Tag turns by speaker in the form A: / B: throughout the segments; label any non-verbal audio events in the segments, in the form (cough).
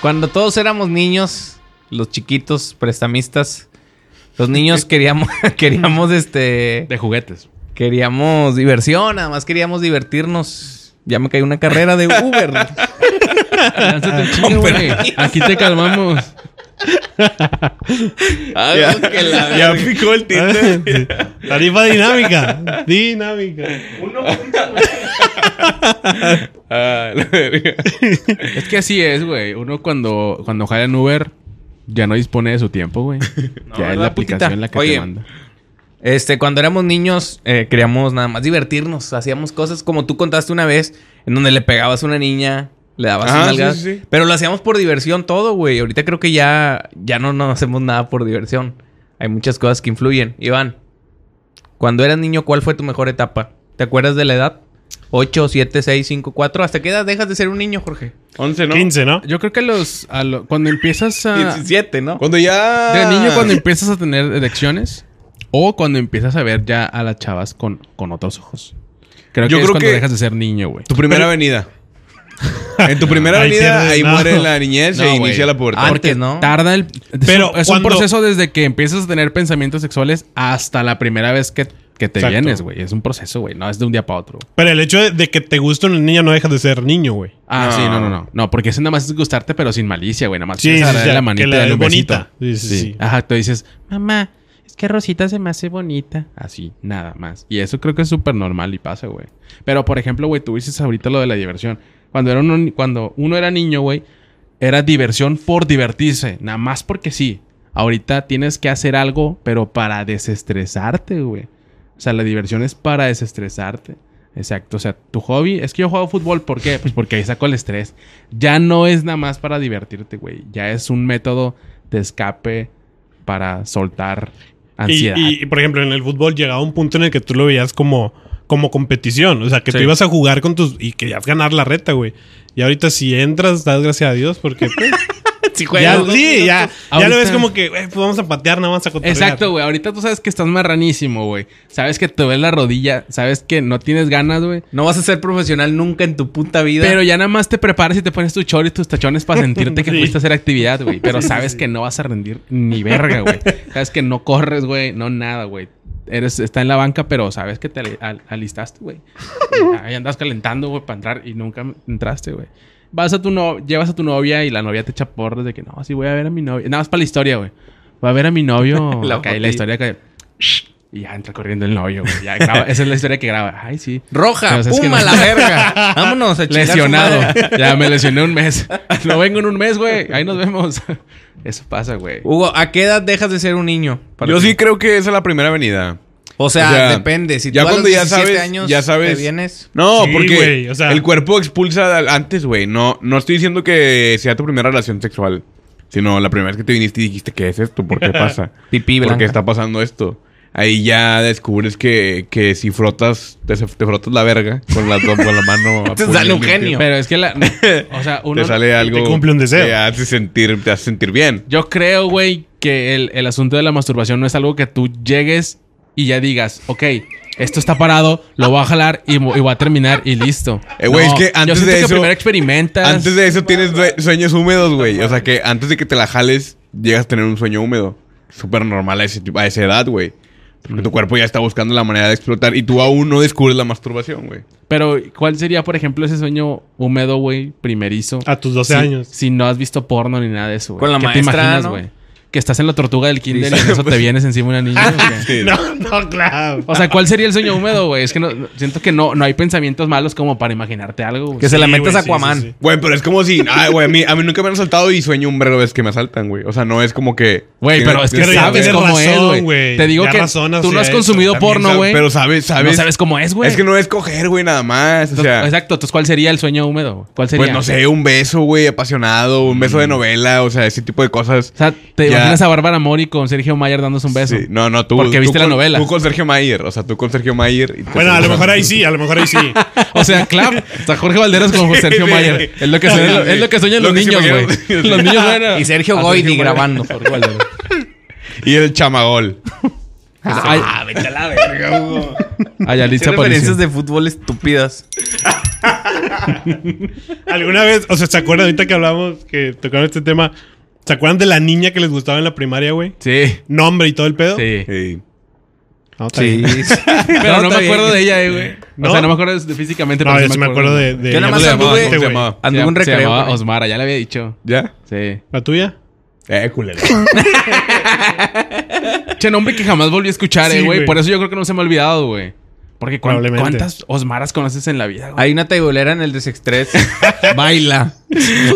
A: Cuando todos éramos niños, los chiquitos prestamistas, los niños queríamos, (laughs) queríamos este,
B: De juguetes.
A: queríamos diversión, nada más queríamos divertirnos. Ya me caí una carrera de Uber.
B: Lánzate un chingo, güey. Aquí te calmamos.
A: (laughs) Algo que la
C: Ya picó el
D: (laughs)
C: Tinder.
D: Tarifa dinámica. Dinámica.
C: Ah, la verga.
B: Es que así es, güey. Uno cuando, cuando jala en Uber ya no dispone de su
A: (laughs)
B: tiempo, güey. ya es
A: ¿verdad,
B: la
A: putita?
B: aplicación la que
A: Oye.
B: te manda.
A: Este, cuando éramos niños, eh, queríamos nada más divertirnos. Hacíamos cosas como tú contaste una vez, en donde le pegabas a una niña, le dabas
C: Ah,
A: un
C: sí,
A: nalgadas.
C: sí, sí.
A: Pero lo hacíamos por diversión todo, güey. Ahorita creo que ya, ya no, no hacemos nada por diversión. Hay muchas cosas que influyen. Iván, cuando eras niño, ¿cuál fue tu mejor etapa? ¿Te acuerdas de la edad? 8, 7, 6, 5, 4. ¿Hasta qué edad dejas de ser un niño, Jorge?
C: 11, ¿no?
D: 15, ¿no?
B: Yo creo que los, a lo- cuando empiezas a...
A: 17, ¿no?
C: Cuando ya.
B: De niño
A: Ah.
B: cuando empiezas a tener elecciones o cuando empiezas a ver ya a las chavas con, con otros ojos. Creo que
C: Yo
B: es
C: creo
B: cuando
C: que-
B: dejas de ser niño, güey.
C: Tu primera avenida. En tu primera
D: Ahí
C: avenida,
D: pierdes,
C: ahí
D: no.
C: muere la niñez e
B: No, güey.
C: inicia la pubertad.
A: Antes, ¿no?
B: Tarda el... es
D: Pero
B: un- es
D: cuando-
B: un proceso desde que empiezas a tener pensamientos sexuales hasta la primera vez que, que te
D: Exacto.
B: vienes, güey. Es un proceso, güey. No es de un día para otro.
D: Pero el hecho de, de que te guste una niña no deja de ser niño, güey.
B: Ah,
C: No.
B: sí, no, no, no. No, porque eso nada más es gustarte, pero sin malicia, güey. Nada más
D: Sí,
B: quieres
D: sí,
B: agarrarle
D: sí,
B: la
D: que
B: manita y
D: la-
B: darle un
D: bonita.
B: besito.
D: Sí, sí, sí.
B: Ajá, tú dices, mamá, es que Rosita se me hace bonita. Así, nada más. Y eso creo que es súper normal y pasa, güey. Pero, por ejemplo, güey, tú dices ahorita lo de la diversión. Cuando, era uno, cuando uno era niño, güey, era diversión por divertirse. Nada más porque sí. Ahorita tienes que hacer algo, pero para desestresarte, güey. O sea, la diversión es para desestresarte. Exacto, o sea, tu hobby es que yo juego fútbol, ¿por qué? Pues porque ahí saco el estrés. Ya no es nada más para divertirte, güey. Ya es un método de escape para soltar
D: Y,
B: ansiedad.
D: y, por ejemplo, en el fútbol llegaba un punto en el que tú lo veías como, como competición. O sea, que tú
A: Sí.
D: ibas a jugar con tus. y querías ganar la reta, güey. Y ahorita si entras, das gracias a Dios porque.
C: (laughs)
D: pues,
A: Si
D: ya,
A: dos
D: sí,
A: minutos.
D: ya, ya
B: Ahorita-
D: lo ves como que, "Eh, pues vamos a patear, nada más a cotorrear.
B: Exacto, güey. Ahorita tú sabes que estás marranísimo, güey. Sabes que te duele la rodilla, sabes que no tienes ganas, güey.
A: No vas a ser profesional nunca en tu puta vida.
B: Pero ya nada más te preparas y te pones tu chor y tus
A: (laughs)
B: tachones para sentirte que
D: Sí.
B: fuiste a hacer actividad, güey. Pero sabes que no vas a rendir ni
A: (laughs)
B: verga, güey. Sabes que no corres, güey. No nada, güey. Eres, está en la banca, pero sabes que te ali- al- alistaste, güey. Y Ahí andas calentando, güey, para entrar y nunca entraste, güey. Vas a tu no, llevas a tu novia y la novia te echa porras de que no, sí voy a ver a mi novio. Nada más para la historia, güey. Voy a ver a mi novio.
A: (laughs) La
B: la, la
A: botella.
B: historia que. Y ya entra corriendo el novio, güey. Ya graba- Esa es la historia que graba. Ay, sí.
A: Roja,
B: Pero, ¿sabes
A: puma,
B: qué?
A: la
B: (laughs)
A: verga. Vámonos a chingar su
B: Lesionado.
A: madre.
B: Ya me lesioné un mes. No vengo en un mes, güey. Ahí nos vemos. Eso pasa, güey.
A: Hugo, ¿a qué edad dejas de ser un niño? Para
C: Yo
A: ti.
C: sí creo que esa es la primera avenida.
A: O sea,
C: o sea,
A: depende. Si
C: ya
A: tú a los
C: cuando ya
A: 17
C: sabes-
A: años
C: ya sabes-
A: te vienes...
C: No,
D: Sí,
C: porque
D: güey, o sea-
C: el cuerpo expulsa al- antes, güey. No, no estoy diciendo que sea tu primera relación sexual, sino la primera vez que te viniste y dijiste, ¿qué es esto? ¿Por qué pasa?
A: Pipí
C: ¿Por
A: blanca.
C: qué está pasando esto? Ahí ya descubres que, que si frotas, te, te frotas la verga con la, con la mano. a
A: Te
C: puño
A: sale un
C: limpio,
A: genio.
B: Pero es que la. O sea, uno.
C: Te sale algo.
D: cumple un deseo.
C: Te hace sentir, te hace sentir bien.
B: Yo creo, güey, que el, el asunto de la masturbación no es algo que tú llegues y ya digas, ok, esto está parado, lo voy a jalar y, mo- y voy a terminar y listo.
C: Eh, güey, es que antes
B: yo siento
C: de
B: que
C: eso-
B: primero experimentas.
C: Antes de eso tienes due- sueños húmedos, güey. O sea que antes de que te la jales, llegas a tener un sueño húmedo. Súper normal a, ese, tipo- a esa edad, güey. Porque
B: Mm.
C: tu cuerpo ya está buscando la manera de explotar y tú aún no descubres la masturbación, güey.
B: Pero, ¿cuál sería, por ejemplo, ese sueño húmedo, güey, primerizo?
D: A tus 12
B: si,
D: años.
B: Si no has visto porno ni nada de eso, güey.
A: Con la
B: ¿Qué
A: maestra,
B: te imaginas,
A: ¿no?
B: güey? Que estás en la tortuga del kinder y en eso te vienes encima una
A: (laughs)
B: niña. güey.
C: Sí.
D: (laughs) No, no, claro.
B: O sea, ¿cuál sería el sueño húmedo, güey? Es que no, no- siento que no, no hay pensamientos malos como para imaginarte algo. güey.
A: Que se la
D: Sí,
A: metas
D: güey,
A: a
D: sí, sí,
A: Aquaman.
D: sí.
C: Güey, pero es como si. Ay, güey, a mí, a mí nunca me han saltado y sueño un brero vez que me asaltan, güey. O sea, no es como que.
B: Güey, pero es que
D: Pero ya
B: sabes
D: tienes
B: cómo
D: razón,
B: es,
D: güey.
B: güey. Te digo
D: Ya
B: que
D: razonas
B: tú
D: hacia
B: no has
D: eso.
B: consumido
C: También
B: porno,
C: sabe-
B: güey.
C: Pero sabes, sabes.
B: No sabes cómo es, güey.
C: Es que no es coger, güey, nada más. O sea.
B: Exacto. Entonces, ¿cuál sería el sueño húmedo? güey? ¿Cuál sería?
C: Pues no sé, un beso, güey, apasionado, un beso de novela, o sea, ese tipo de cosas.
B: Mm. O sea, te
C: Ya.
B: imaginas a Bárbara Mori con Sergio Mayer dándose un beso.
C: Sí, No, no, tú.
B: Porque
C: tú
B: viste la
C: con-
B: novela.
C: Tú con Sergio Mayer, o sea, tú con Sergio Mayer. y te-
D: Bueno, a lo mejor ahí sí, a lo mejor
C: (laughs)
D: ahí sí.
B: O sea, claro. O sea, Jorge
D: (laughs)
B: Valderas con Sergio
C: Sí,
B: Mayer. Es lo que, sueña-
C: sí.
B: es lo que sueñan
C: Lo
B: los
C: que se
B: niños, güey.
C: imaginaron.
B: Los
D: (laughs)
B: niños sueñan a-
A: Y Sergio
B: a
A: Goyri
C: (laughs)
B: Mayer.
A: grabando.
B: Jorge Valderas.
C: Y el chamagol.
B: Ah, vete a la verga, Hugo. Ay, Alicia
A: Referencias
B: Aparicio.
A: de fútbol estúpidas.
D: Alguna vez, o sea, ¿se acuerdan ahorita que hablamos, que tocaron este tema? ¿Se acuerdan de la niña que les gustaba en la primaria, güey?
B: Sí.
D: Nombre y todo el pedo.
B: Sí.
C: Ey.
D: No, está
A: Sí.
D: bien.
B: Pero no,
A: está
B: me
A: bien.
B: acuerdo de ella, eh, güey.
D: ¿No?
B: O sea, no me acuerdo de- físicamente.
D: No,
B: pero
D: yo sí me acuerdo de. de
A: Yo nada más
D: ella, güey.
A: anduve-
D: Este,
C: ¿Cómo se
D: güey.
C: llamaba?
A: Anduve
B: Se-
A: un
B: Se
A: recreo.
B: llamaba
A: güey.
B: Osmara, ya le había dicho.
C: ¿Ya?
B: Sí.
D: ¿La tuya?
C: Eh, (laughs) culero.
B: Che, nombre que jamás volví a escuchar,
D: Sí,
B: eh, güey.
D: güey.
B: Por eso yo creo que no se me ha olvidado, güey. Porque cuan-
D: Probablemente.
B: ¿cuántas Osmaras conoces en la vida, güey?
A: Hay una teibolera en el desestrés. Baila.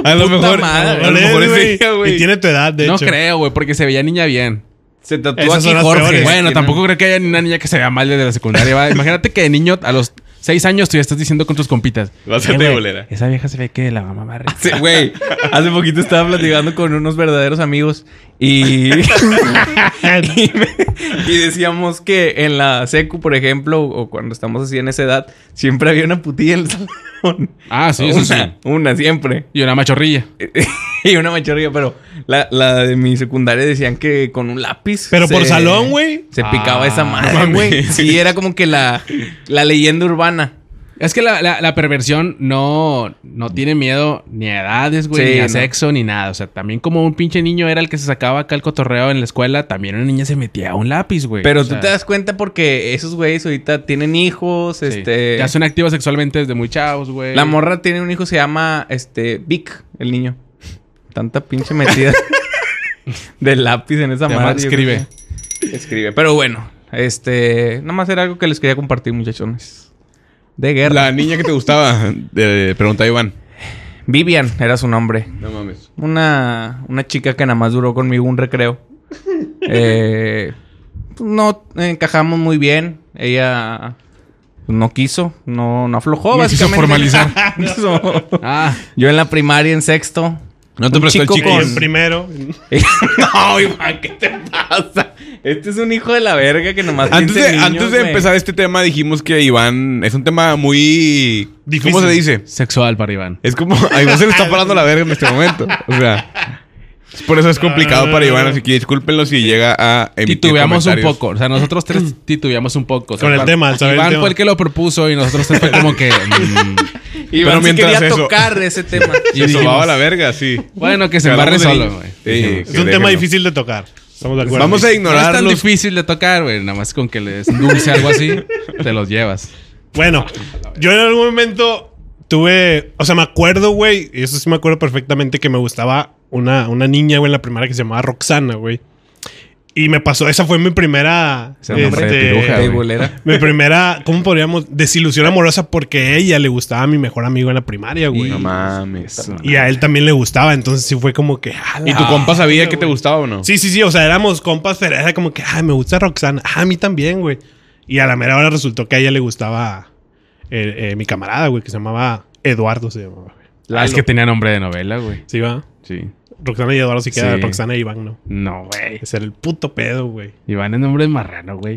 C: A lo
A: Puta
C: mejor.
A: madre.
C: A lo mejor es
D: güey.
C: ella,
D: Y
C: güey.
D: tiene tu edad, de
B: no
D: hecho.
B: creo, güey, porque se veía niña bien.
A: (laughs) Se tatúa
D: Esas son
A: aquí
D: las
A: Jorge.
D: peores.
B: Bueno,
A: Tiene-
B: tampoco creo que haya una niña que se vea mal desde la secundaria. va. Imagínate que de niño a los seis años tú ya estás diciendo con tus compitas.
C: Vas
B: "Eh,
C: a
B: güey,
C: tebolera.
B: Esa vieja se ve que la mamá barre.
A: Sí, güey. Hace poquito estaba platicando con unos verdaderos amigos y, (laughs) y, me- y decíamos que en la secu, por ejemplo, o cuando estamos así en esa edad, siempre había una putilla en el salón.
B: (laughs) Ah, sí, eso
A: una,
B: sí.
A: una siempre. (laughs)
B: Y una machorrilla.
A: y una machorrilla, pero la, la de mi secundaria decían que con un lápiz.
D: Pero por
A: se-
D: salón, güey.
A: Se picaba
B: Ah,
A: esa
B: no
A: madre,
B: mames.
A: güey. Sí, era como que la, la leyenda urbana.
B: Es que la, la- la perversión no, no tiene miedo ni a edades, güey,
A: Sí,
B: ni a
A: no.
B: sexo, ni nada. O sea, también como un pinche niño era el que se sacaba acá el cotorreo en la escuela, también una niña se metía a un lápiz, güey.
A: Pero
B: O
A: tú
B: sea,
A: te das cuenta porque esos güeyes ahorita tienen hijos,
B: sí.
A: este...
B: Ya son activos sexualmente desde muy chavos, güey.
A: La morra tiene un hijo, se llama este Vic, el niño. Tanta pinche
B: (laughs)
A: metida de lápiz en esa
B: Te
A: madre.
B: llama-
A: yo
B: escribe.
A: creo que Escribe. Pero bueno, este. Nada más era algo que les quería compartir, muchachones. De guerra.
C: La niña que te gustaba, eh, pregunta Iván.
A: Vivian era su nombre.
C: No mames.
A: Una, una chica que nada más duró conmigo un (laughs) recreo. Eh, no encajamos muy bien. Ella pues, no quiso, no, no aflojó.
B: No quiso
A: básicamente. (laughs) No.
B: Ah,
A: Yo en la primaria en sexto. (laughs)
C: No te
A: Un
C: prestó el chico.
D: Ella
A: con-
D: en primero.
A: no, Iván, ¿qué te pasa? Este es un hijo de la verga que nomás
C: Antes de,
A: piensa en niños,
C: antes de
A: güey.
C: empezar este tema, dijimos que Iván es un tema muy. ¿Cómo
D: Difícil.
C: se dice?
B: sexual para Iván.
C: Es como. A Iván se le está parando la verga en este momento. O sea. es Por eso es complicado para Iván, así que discúlpenlo si llega a emitir
B: Titubeamos un
C: comentarios.
B: poco. O sea, nosotros tres titubeamos un poco. O sea,
D: Con el
B: Iván-
D: tema, al saber el
B: Iván
D: tema.
B: fue el que lo propuso y nosotros tres (laughs) fue como que... mm,
A: Iván
C: Pero
A: sí
C: mientras
A: quería
C: eso-
A: tocar
C: (laughs)
A: ese tema.
C: Y se sobaba la verga, sí.
B: bueno, que se embarre
C: Hablamos de
B: solo,
C: niños.
B: güey.
C: Sí,
B: Dijimos.
D: Es
C: que
D: un tema
C: déjenlo.
D: difícil de tocar. Estamos de acuerdo.
C: Vamos a
B: No es
C: ignorar
B: tan
C: los
B: difícil de tocar, güey. Nada más con que le des un dulce algo así, te los llevas.
D: Bueno, yo en algún momento tuve. O sea, me acuerdo, güey. Y eso sí me acuerdo perfectamente que me gustaba una, una niña, güey, en la primaria que se llamaba Roxana, güey. Y me pasó. Esa fue mi primera.
B: Ese nombre de
D: este,
B: piruja,
A: Ey,
B: güey.
A: bolera.
D: mi primera, ¿cómo podríamos? Desilusión amorosa porque ella le gustaba a mi mejor amigo en la primaria, güey.
C: No mames.
D: Y a él también le gustaba, entonces sí fue como que. "Ah,
C: ¿Y tu compa sabía que te gustaba o no?
D: Sí, sí, sí, o sea, éramos compas, pero era como que, ay, me gusta Roxana, ah, a mí también, güey. Y a la mera hora resultó que a ella le gustaba eh, eh, mi camarada, güey, que se llamaba Eduardo, se llamaba. güey.
B: Ah, es que tenía nombre de novela, güey.
D: ¿Sí va?
B: Sí.
D: Roxana y Eduardo sí queda,
B: Sí.
D: Roxana y Iván no.
B: No, güey.
D: Ese era el puto pedo, güey.
B: Iván es nombre de marrano, güey.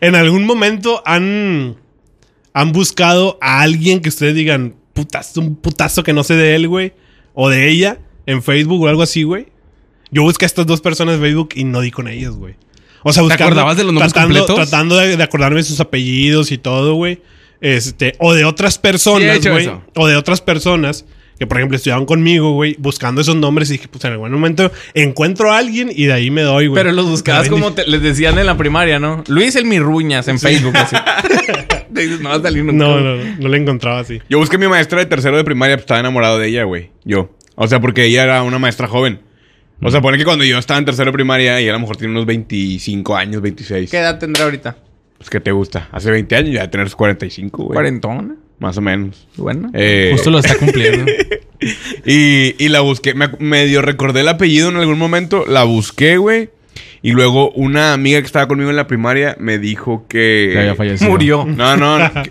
D: En algún momento han, han buscado a alguien que ustedes digan, putazo, un putazo que no sé de él, güey, o de ella, en Facebook o algo así, güey. Yo busqué a estas dos personas en Facebook y no di con ellas, güey. O sea, buscando,
B: acordabas de los nombres
D: tratando,
B: completos?
D: Tratando de, de acordarme de sus apellidos y todo, güey. Este, o de otras
B: Sí, he
D: personas,
B: hecho
D: güey.
B: eso.
D: O de otras personas que, por ejemplo, estudiaban conmigo, güey, buscando esos nombres y dije, pues en algún momento encuentro a alguien y de ahí me doy, güey.
A: Pero los buscabas
D: También
B: (laughs)
A: como te- les decían en la primaria, ¿no? Luis el Mirruñas en Facebook. Así. (laughs) Te dices, no va a salir nunca.
D: No, no, no, no le encontraba así.
C: Yo busqué a mi maestra de tercero de primaria, pues estaba enamorado de ella, güey. Yo. O sea, porque ella era una maestra joven. O sea, pone que cuando yo estaba en tercero de primaria, ella a lo mejor tiene unos 25 años, 26.
A: ¿Qué edad tendrá ahorita?
C: Pues que te gusta. Hace 20 años ya de tener sus 45, güey.
A: ¿Cuarentona?
C: Más o menos.
A: Bueno.
C: Eh,
B: Justo lo está cumpliendo.
C: Y, y la busqué, me, medio recordé el apellido en algún momento, la busqué, güey. Y luego una amiga que estaba conmigo en la primaria me dijo que...
B: Que había fallecido.
A: Murió.
C: No, no, que,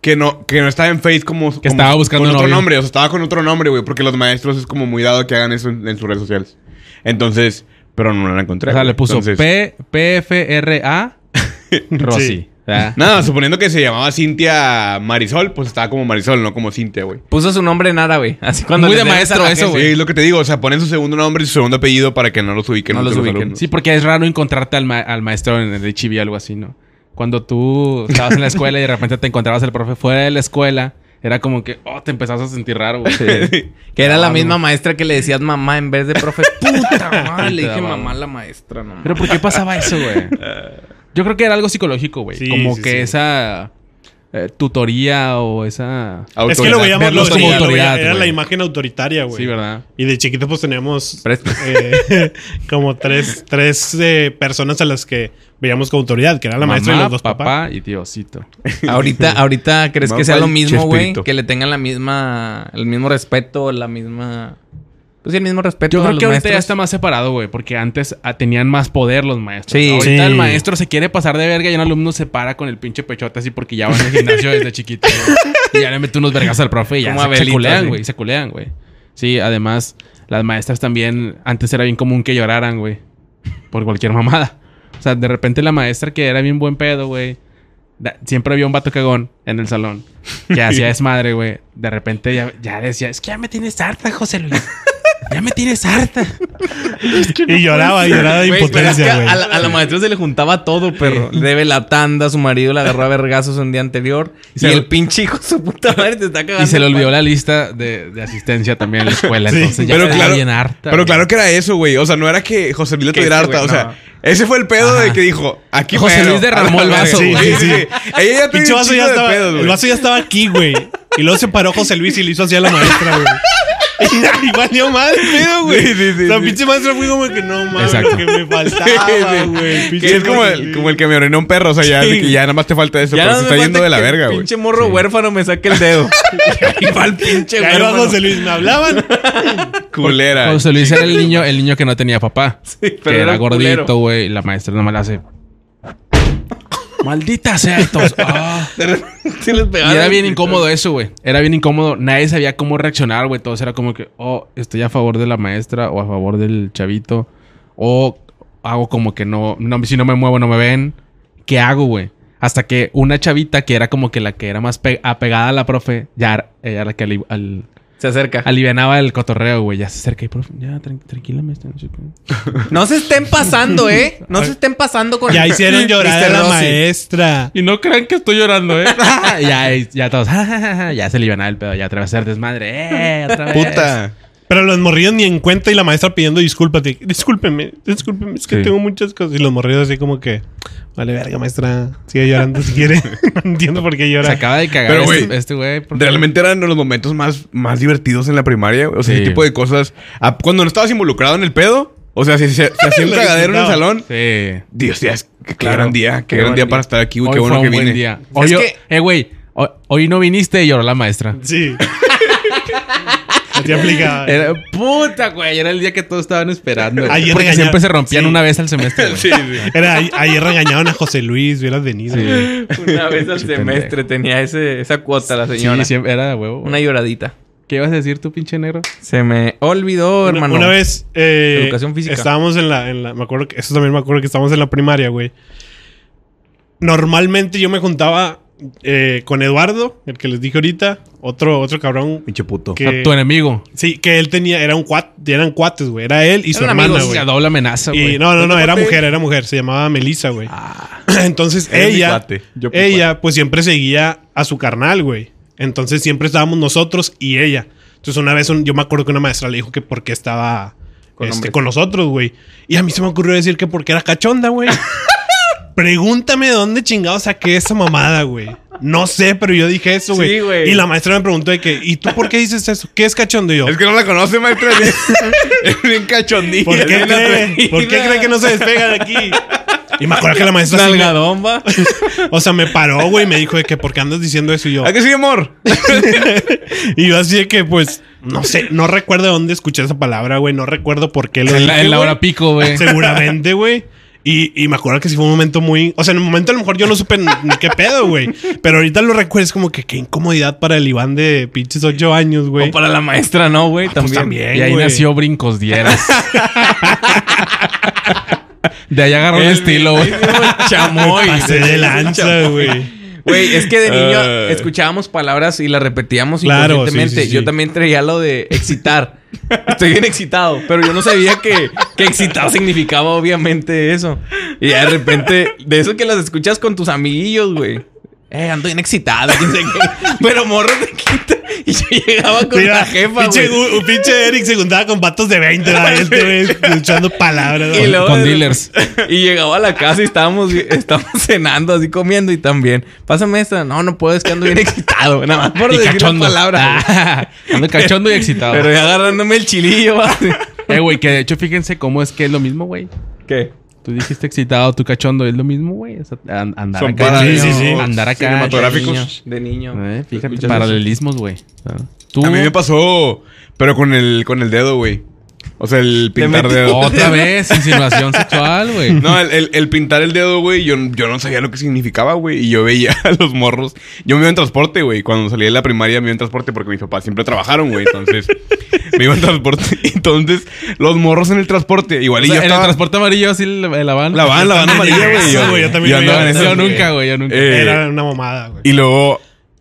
C: que no, que no estaba en Face como... como
B: estaba buscando
C: con otro
B: novio.
C: nombre, o sea, estaba con otro nombre, güey, porque los maestros es como muy dado que hagan eso en, en sus redes sociales. Entonces, pero no la encontré.
B: O sea, le
C: güey.
B: puso
C: Entonces,
B: P, (laughs) PFRA Rosy.
D: Sí.
B: O sea,
C: Nada, suponiendo que se llamaba Cintia Marisol, pues estaba como Marisol, no como Cintia, güey.
A: Puso su nombre en árabe. Así cuando
B: Muy
A: les
B: de
A: lees a
B: maestro
A: la
B: eso,
A: gente.
B: güey.
C: Sí, es lo que te digo, o sea, ponen su segundo nombre y su segundo apellido para que no los ubiquen.
A: No los
C: entre
A: ubiquen.
C: alumnos.
B: Sí, porque es raro encontrarte al, ma- al maestro en el HIV o algo así, ¿no? Cuando tú estabas en la escuela y de repente te encontrabas al profe fuera de la escuela Era como que, oh, te empezás a sentir raro, güey.
A: Que era la
B: Ah,
A: misma
B: no.
A: madestra que le decías mamá en vez de profe. Puta madre, le
B: Te
A: dije
B: daba-
A: mamá a la maestra, no.
B: (laughs) Pero ¿por qué pasaba eso,
C: (laughs)
B: güey? Yo creo que era algo psicológico, güey.
D: Sí,
B: como
D: sí,
B: que
D: sí.
B: esa eh, tutoría o esa...
D: Es que lo
C: Autoridad.
D: veíamos, lo
B: Verlos como
D: veía- lo veía-
B: autoridad,
D: era la
B: güey.
D: imagen autoritaria, Ah, güey.
B: Sí, ¿verdad?
D: Y de chiquito
C: (laughs)
D: pues teníamos
A: Presta.
D: eh, (laughs) como tres, tres eh, personas a las que veíamos con autoridad, que era la maestra y
B: Mamá,
D: los dos
B: papá,
D: papás.
B: y tíocito.
A: Ahorita, ahorita crees
C: Mamá
A: que sea lo
C: y
A: mismo, güey.
C: Chespirito.
A: Que le tengan la misma, el mismo respeto, la misma. Pues sí, el mismo respeto.
B: Yo
A: a
B: creo
A: los
B: que ahorita ya
A: maestros.
B: está más separado, güey, porque antes ah, tenían más poder los maestros.
A: Sí.
B: Ahorita
D: Sí.
B: el maestro se quiere pasar de verga y un alumno se para con el pinche pechote así porque ya va en el gimnasio desde chiquito. güey. Y ya le mete unos vergas al profe y ya
A: Como
B: se, se
A: Abelito,
B: culean,
A: así.
B: güey, se culean, güey. Sí, además, las maestras también, antes era bien común que lloraran, güey, por cualquier mamada. O sea, de repente la maestra que era bien buen pedo, güey. da- Siempre había un vato cagón en el salón
C: (laughs)
B: que hacía desmadre, güey. De repente ya, ya decía, es que ya me tienes harta, José Luis. Ya me tienes harta.
C: (laughs)
D: y lloraba, y lloraba de
A: Güey, pero es que
D: impotencia, güey.
A: a, la, a la maestra se le juntaba todo, perro. Le Debe la tanda, su marido la agarró a vergazos un día anterior. Y,
B: se-
A: el pinche hijo de su puta madre te está cagando.
B: Y se le olvidó la lista de, de asistencia también en la escuela.
D: Sí.
B: Entonces ya
C: Pero
B: estaba
C: claro-
B: bien harta.
C: Pero
B: güey.
C: claro que era eso, güey. O sea, no era que José Luis la
A: Que
C: tuviera
A: este,
C: harta.
A: güey,
C: O sea,
A: no.
C: ese fue el pedo de que dijo, aquí
B: José
C: muero,
B: Luis derramó
C: a la
B: el vaso,
C: verga. Sí,
D: güey.
C: sí, sí. Ella ya
D: (laughs) Pinche
C: tenía un
D: vaso ya
C: chingo de
D: estaba,
C: pedos,
D: el
C: güey.
D: vaso ya estaba aquí, güey. Y luego se paró José Luis y le hizo así a la maestra, güey. (laughs) y valió mal el pedo, güey.
C: Sí, sí, sí,
D: la
C: sí.
D: pinche maestra fue como que no mames,
B: Exacto.
D: que
C: (laughs)
D: me faltaba, güey.
C: Que es como el, como el que me orinó un perro, o sea, ya,
A: Sí.
C: de que ya nada más te falta eso,
A: Ya
C: pero
A: no
C: se
A: me
C: está
A: falta
C: yendo de la
A: que el
C: verga, güey.
A: Pinche morro huérfano me saque el dedo. Igual pinche
D: Ahí va
A: huérfano.
D: José Luis, me hablaban.
C: Culera.
B: José Luis era el niño, el niño que no tenía papá.
A: pero
B: que
A: era
B: era
A: un culero.
B: gordito, güey. Y la maestra nomás le hace. Maldita sea estos.
A: (laughs)
B: Ah.
A: Sí les
B: Y
A: pegaba.
B: era bien incómodo eso, güey. Era bien incómodo. Nadie sabía cómo reaccionar, güey. Todos era como que, oh, estoy a favor de la maestra o a favor del chavito. O hago como que no, no si no me muevo no me ven. ¿Qué hago, güey? Hasta que una chavita que era como que la que era más pe- apegada a la profe, ya era- ella era la que ali- al-
A: Se acerca.
B: alivianaba el cotorreo, güey. Ya se acerca y, profe, ya, tran- tranquila, maestra. no sé qué".
A: No se estén pasando, ¿eh? No se estén pasando con
D: (laughs) Ya
A: (laughs)
D: hicieron llorar a
A: Mr.
D: la
A: Rossi.
D: maestra.
B: Y no crean que estoy (laughs) llorando, ¿eh? ya, ya todos, ya se alivianaba el pedo. Ya otra vez hacer desmadre. ¡Eh, otra vez!
C: Puta.
D: Pero los morridos ni en cuenta y la maestra pidiendo disculpas. de, Discúlpeme, discúlpeme, es que
B: Sí.
D: tengo muchas cosas. Y los morridos así como que, vale, verga, maestra, sigue llorando si quiere. (laughs) no entiendo por qué
B: Se
D: llora.
B: acaba de cagar
C: Pero,
B: este-
C: güey,
B: este güey. por-
C: Realmente eran los momentos más, más divertidos en la primaria, güey. O sea,
B: Sí.
C: ese tipo de cosas. Ah, Cuando no estabas involucrado en el pedo, o sea, si
D: (laughs)
C: se, se hacía un
D: Lo
C: cagadero en el
D: disfrutaba.
C: salón.
B: Sí.
C: Dios, Dios, qué
B: Claro.
C: gran día, qué, gran día para estar aquí, güey,
B: Hoy
C: qué bueno
B: fue
C: que
B: un buen
C: vine.
B: día. Hoy,
A: Es
B: yo-
A: que-
B: eh, güey, hoy, hoy no viniste y lloró la maestra.
D: Sí. Así aplicaba.
B: Era, puta, güey. Era el día que todos estaban esperando. güey.
D: Ayer
B: Porque
D: regañaba-
B: siempre se rompían
D: sí.
B: una vez al semestre. güey.
D: Era, a- ayer regañaron a José Luis, hubieras venido. güey.
A: Una vez al
B: Pinche
A: semestre tenía ese, esa cuota la
B: Sí,
A: señora.
B: siempre era de huevo. güey.
A: Una lloradita.
B: ¿Qué ibas a decir tú, pinche negro?
A: Se me olvidó,
D: Una-
A: hermano.
D: Una, vez. eh,
A: Educación física.
D: Estábamos en la, en la- Me acuerdo que. Eso también me acuerdo que estábamos en la primaria, güey. Normalmente yo me juntaba eh, con Eduardo, el que les dije ahorita. Otro, otro cabrón.
C: Pinche puto.
D: Que,
B: Tu enemigo.
D: Sí, que él tenía. Era un cuat, eran cuates, güey. Era él y su
A: Eran
D: hermana,
A: amigos,
D: güey.
B: La doble amenaza, güey.
D: Y no, no, no, era mujer, era mujer. Se llamaba Melissa, güey.
A: Ah.
D: (clears throat) Entonces
C: Era mi
D: ella,
C: cuate, yo mi
D: ella, pues siempre seguía a su carnal, güey. Entonces siempre estábamos nosotros y ella. Entonces una vez un- yo me acuerdo que una maestra le dijo que por qué estaba
A: Con
D: este,
A: hombres.
D: con nosotros, güey. Y a mí se me ocurrió decir que porque era
A: (laughs)
D: cachonda, güey. Pregúntame de dónde chingados saqué esa mamada, güey. No sé, pero yo dije eso, güey.
A: Sí, güey.
D: Y la maestra me preguntó de que, ¿y tú por qué dices eso? ¿Qué es cachondo? Y yo,
C: Es que no la conoce, maestra. es bien cachondilla.
D: ¿Por qué,
C: Es una
D: cree, ¿Por qué
A: atrevida.
D: cree que no se despega de aquí? Y me acuerdo que la maestra... sí me-
A: Salgadón, va.
D: o sea, me paró, güey, y me dijo de que ¿por qué andas diciendo eso? Y yo,
C: ¿A qué sí, amor?
D: y yo así de que, pues, no sé, no recuerdo de dónde escuché esa palabra, güey. No recuerdo por qué lo
B: En la,
D: dije,
B: en la
D: güey.
B: hora pico, güey.
D: Seguramente, güey. Y, y me acuerdo que sí fue un momento muy... O sea, en el momento a lo mejor yo no supe ni ni qué pedo, güey. Pero ahorita lo recuerdo, es como que qué incomodidad para el Iván de pinches ocho años, güey.
A: O para la maestra, no, güey.
D: pues
A: Ah, también.
D: también.
B: Y ahí
D: güey.
B: nació Brincos Dieras. de ahí agarró el, estilo, güey.
A: Chamoy.
B: (laughs)
D: Pasé de lanza, güey.
A: Güey, es que de niño
C: Ah.
A: escuchábamos palabras y las repetíamos
D: Claro,
A: inconscientemente.
D: sí, sí, sí.
A: Yo también traía lo de excitar. Estoy bien excitado, pero yo no sabía que, que excitado significaba obviamente eso. Y de repente, de eso que las escuchas con tus amiguillos, güey. Eh, ando bien excitado, quién sabe qué. Pero morro te quita. Y yo llegaba con
D: Mira,
A: la jefa,
D: pinche,
A: güey.
D: Gu- pinche Eric se juntaba con patos de 20, ¿verdad?
A: (laughs)
D: Este güey escuchando palabras.
A: Y
D: ¿no?
A: luego-
B: Con dealers.
A: (laughs) Y llegaba a la casa y estábamos, estábamos (laughs) cenando, así comiendo y también. Pásame esta. No, no puedo, es que ando bien excitado. (laughs) Nada más por
B: Y
A: decir
B: cachondo.
A: la palabra.
B: Ah, (laughs) ando cachondo y excitado.
A: Pero ya agarrándome el chilillo, (laughs) va.
B: Eh, güey, que de hecho fíjense cómo es que es lo mismo, güey.
A: ¿Qué?
B: Tú dijiste excitado, tú cachondo, es lo mismo, güey. O sea, an- andar
C: Son
B: acá.
C: paralelos
D: Sí, sí, sí.
B: Andar acá.
C: cinematográficos.
A: De niño.
B: Eh, fíjate,
A: ¿Escuchas
B: paralelismos, güey. Tú-
C: A mí me pasó, pero con el, con el dedo, güey. O sea, el pintar
A: metí-
C: dedo.
B: Otra vez, insinuación sexual, güey.
C: No, el, el- el pintar el dedo, güey, yo, yo no sabía lo que significaba, güey. Y yo veía (laughs) a los morros. Yo me iba en transporte, güey. Cuando salí de la primaria me iba en transporte porque mis papás siempre trabajaron, güey. Entonces, me iba en transporte. (laughs) Entonces, los morros en el transporte. Igual
B: O
C: y
B: sea,
C: yo
B: en
C: estaba-
B: el transporte amarillo así la, la van.
C: La van, la van
B: (laughs)
D: Ah,
C: amarilla, güey.
D: eso, güey, yo también me
C: andaba
D: iba
C: en
D: en
C: eso,
B: Yo
D: güey.
B: nunca, güey, yo nunca.
C: Eh,
D: Era una mamada, güey.
C: Y luego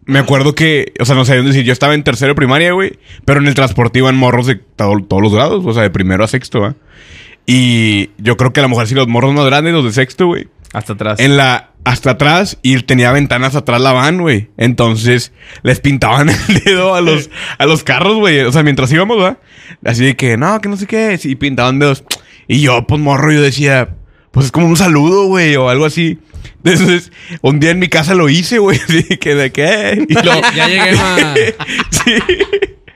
C: me acuerdo que, o sea, no sé decir, yo estaba en tercero de primaria, güey, pero en el transporte iban morros de to- todos los grados, o sea, de primero a sexto, ¿va? Y yo creo que a lo mejor sí los morros más grandes, los de sexto, güey,
A: Hasta (laughs) atrás.
C: en la hasta atrás y tenía ventanas atrás la van, güey. Entonces les pintaban (laughs) el dedo a los a los carros, güey, o sea, mientras íbamos, ¿va? Así de que, no, que no sé qué, y pintaban dedos. Y yo, pues morro, yo decía, pues es como un saludo, güey, o algo así. (laughs) Entonces, un día en mi casa lo hice, güey, (laughs) así de que de qué. Y lo,
B: Ya llegué, (laughs) ma.
C: (laughs) sí.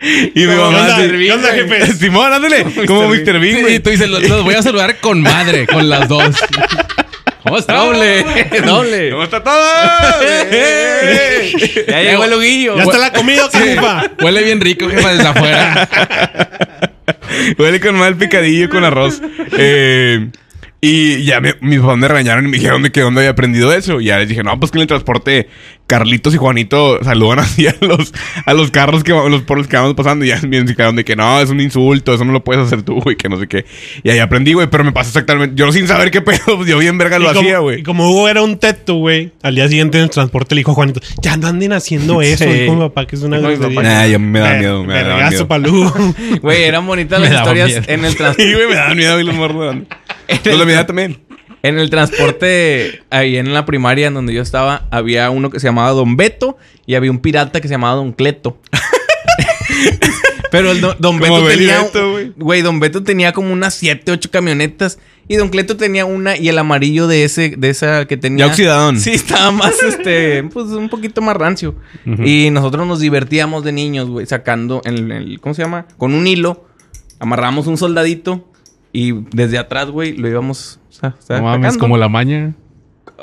C: Y mi
D: ¿Qué
C: mamá
D: onda?
C: así,
D: ¿Qué onda,
C: (laughs)
D: jefe?
C: Simón, ándale, como Mr. Bean,
B: Sí,
C: güey.
B: tú dices, los, los voy a saludar con madre, con las
A: (laughs)
B: dos. ¿Cómo está? (laughs)
A: Doble, doble.
C: ¿Cómo está (laughs) todo?
A: (laughs) Ya llegó el hoguillo.
D: ya está la comida, jefa.
B: Huele bien rico, jefa,
A: (laughs)
B: desde afuera.
C: Huele con mal picadillo con arroz. Eh, y ya me- mis papás me regañaron y me dijeron de que dónde había aprendido eso. Y ya les dije, no, pues que en el transporte Carlitos y Juanito saludan (laughs) así a los, a los carros que va- los por los que vamos pasando. Y ya me indicaron de que no, es un insulto, eso no lo puedes hacer tú, güey, que no sé qué. Y ahí aprendí, güey, pero me pasó exactamente. Yo sin saber qué pedo, (laughs) pues, yo bien verga
D: Y
C: lo
D: como-
C: hacía,
D: Y
C: güey.
D: como Hugo era un teto, güey, al día siguiente en el transporte le dijo a Juanito, ya no anden haciendo eso,
A: Sí.
D: dijo mi papá, que es una
A: Dijo mi papá.
C: Nah, ya me da miedo, me da miedo.
D: para Hugo.
A: Güey, eran bonitas las
B: (laughs) Me daba
A: historias
B: miedo.
A: en el transporte.
C: (laughs) Sí, güey, me daban miedo y los morros.
B: (laughs)
C: Los de mi edad también.
A: En
C: (laughs)
A: el transporte, ahí en la primaria en donde yo estaba, había uno que se llamaba Don Beto y había un pirata que se llamaba
C: (laughs)
A: Don Cleto. Pero el don, Don
C: Como
A: Beto
C: Bel y
A: tenía.
C: Beto, güey.
A: Güey, Don Beto tenía como unas 7, 8 camionetas. Y Don Cleto tenía una y el amarillo de ese, de esa que tenía.
C: Ya oxidadón.
A: Sí, estaba más, este, pues un poquito más rancio. Y nosotros nos divertíamos de niños, güey, sacando el, el- ¿cómo se llama? Con un hilo, amarramos un soldadito y desde atrás, güey, lo íbamos, o sea, o sea,
B: No mames,
A: sacando.
B: como
A: (laughs)
B: la maña.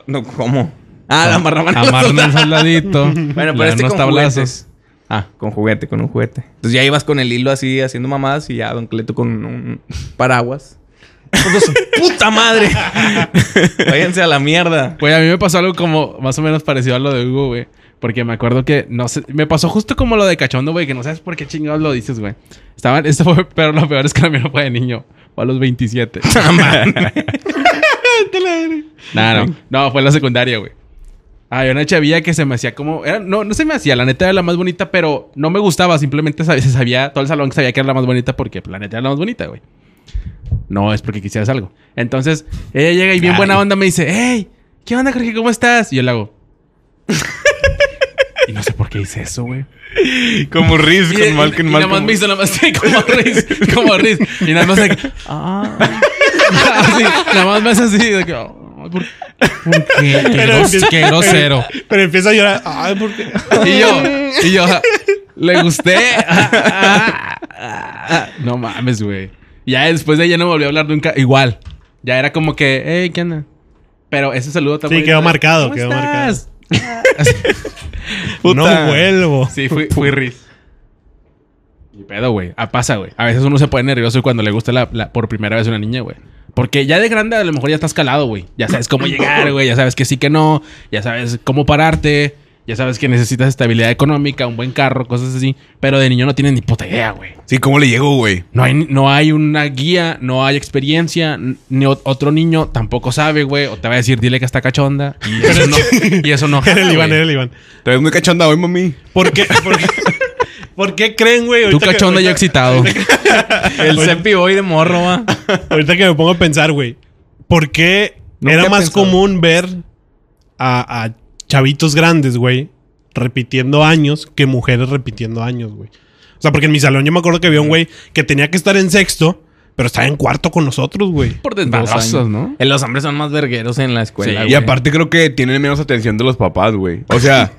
A: No, ¿cómo? Ah, la amarraban a los
B: Amarnos
A: soldados.
B: un soldadito.
A: (laughs) Bueno, pero
B: Le dan
A: este
B: unos
A: con
B: tablazos.
A: juguetes. Ah, con juguete, con un juguete. Entonces ya ibas con el hilo así haciendo mamadas y ya Don Cleto con un paraguas. Pues,
B: (laughs)
A: su ¡Puta madre! Váyanse a la mierda.
B: Güey, a mí me pasó algo como más o menos parecido a lo de Hugo, güey. Porque me acuerdo que no sé, me pasó justo como lo de cachondo, güey, que no sabes por qué chingados lo dices, güey. Estaban, esto fue, (laughs) pero lo peor es que la mía no fue de niño. Fue a los 27. (laughs) no, no, no, fue en la secundaria, güey. Había una chavilla que se me hacía como. Era, no, no se me hacía, la neta era la más bonita, pero no me gustaba. Simplemente sabía, (laughs) se sabía, todo el salón sabía que era la más bonita porque pues, la neta era la más bonita, güey. No es porque quisieras algo. Entonces, ella llega y bien buena onda me dice, hey, ¿qué onda, Jorge? ¿Cómo estás? Y yo le
C: (laughs)
B: hago. y no sé por qué hice eso, güey.
C: Como Riz,
B: Y,
C: con mal,
B: y-
C: con
B: y
C: mal.
B: nada más
C: con-
B: me hizo nada más sí,
C: (laughs)
B: como Riz, como Riz. Y nada más (laughs) de que, ah. Así, nada más me hace así de que, "Ah, ¿por, por qué? Qué,
D: Pero
B: gros-
D: empieza-
B: qué grosero.
D: Pero empieza a llorar. Ay, ¿por qué?
B: Y yo, y yo, ah, le gusté. (laughs) Ah, ah, ah, ah. No mames, güey. Ya después de ella no volvió a hablar nunca. Igual. Ya era como que, hey, ¿qué onda? Pero ese saludo también.
D: quedó marcado,
B: ¿Cómo
D: quedó
B: estás?
C: Puta.
D: No vuelvo.
B: Sí, fui, fui Riz. Y pedo, güey. Ah, pasa, güey. A veces uno se pone nervioso cuando le gusta la, la- por primera vez una niña, güey. Porque ya de grande a lo mejor ya estás calado, güey. Ya sabes cómo llegar, güey. Ya sabes que sí, que no. Ya sabes cómo pararte. Ya sabes que necesitas estabilidad económica, un buen carro, cosas así. Pero de niño no tienes ni puta idea, güey.
C: Sí, ¿cómo le llegó, güey?
B: No hay, no hay una guía, no hay experiencia. n- Ni o- otro niño tampoco sabe, güey. O te va a decir, dile que está cachonda.
D: (laughs)
B: Y eso no. Y eso no
D: Era (laughs) el
B: jala,
D: Iván,
B: güey.
D: era el Iván.
C: Te ves muy cachonda hoy, mami.
D: ¿Por qué? ¿Por qué, por qué creen, güey?
B: Tú
D: ahorita que-
B: cachonda y yo
D: ahorita-
B: excitado.
A: El Seppi Boy de morro, va.
D: Ahorita que me pongo a pensar, güey. ¿Por qué
A: Nunca
D: era
A: he
D: más
A: pensado.
D: común ver a, a chavitos grandes, güey, repitiendo años que mujeres repitiendo años, güey. O sea, porque en mi salón yo me acuerdo que había un güey que tenía que estar en sexto, pero estaba en cuarto con nosotros, güey.
A: Por
B: Dos
A: desmadrosos,
B: años.
A: ¿no? Eh, Los hombres son más vergueros en la
B: Ah,
A: escuela.
C: Y
A: güey.
C: aparte creo que tienen menos atención de los papás, güey. O
B: (laughs)
C: sea,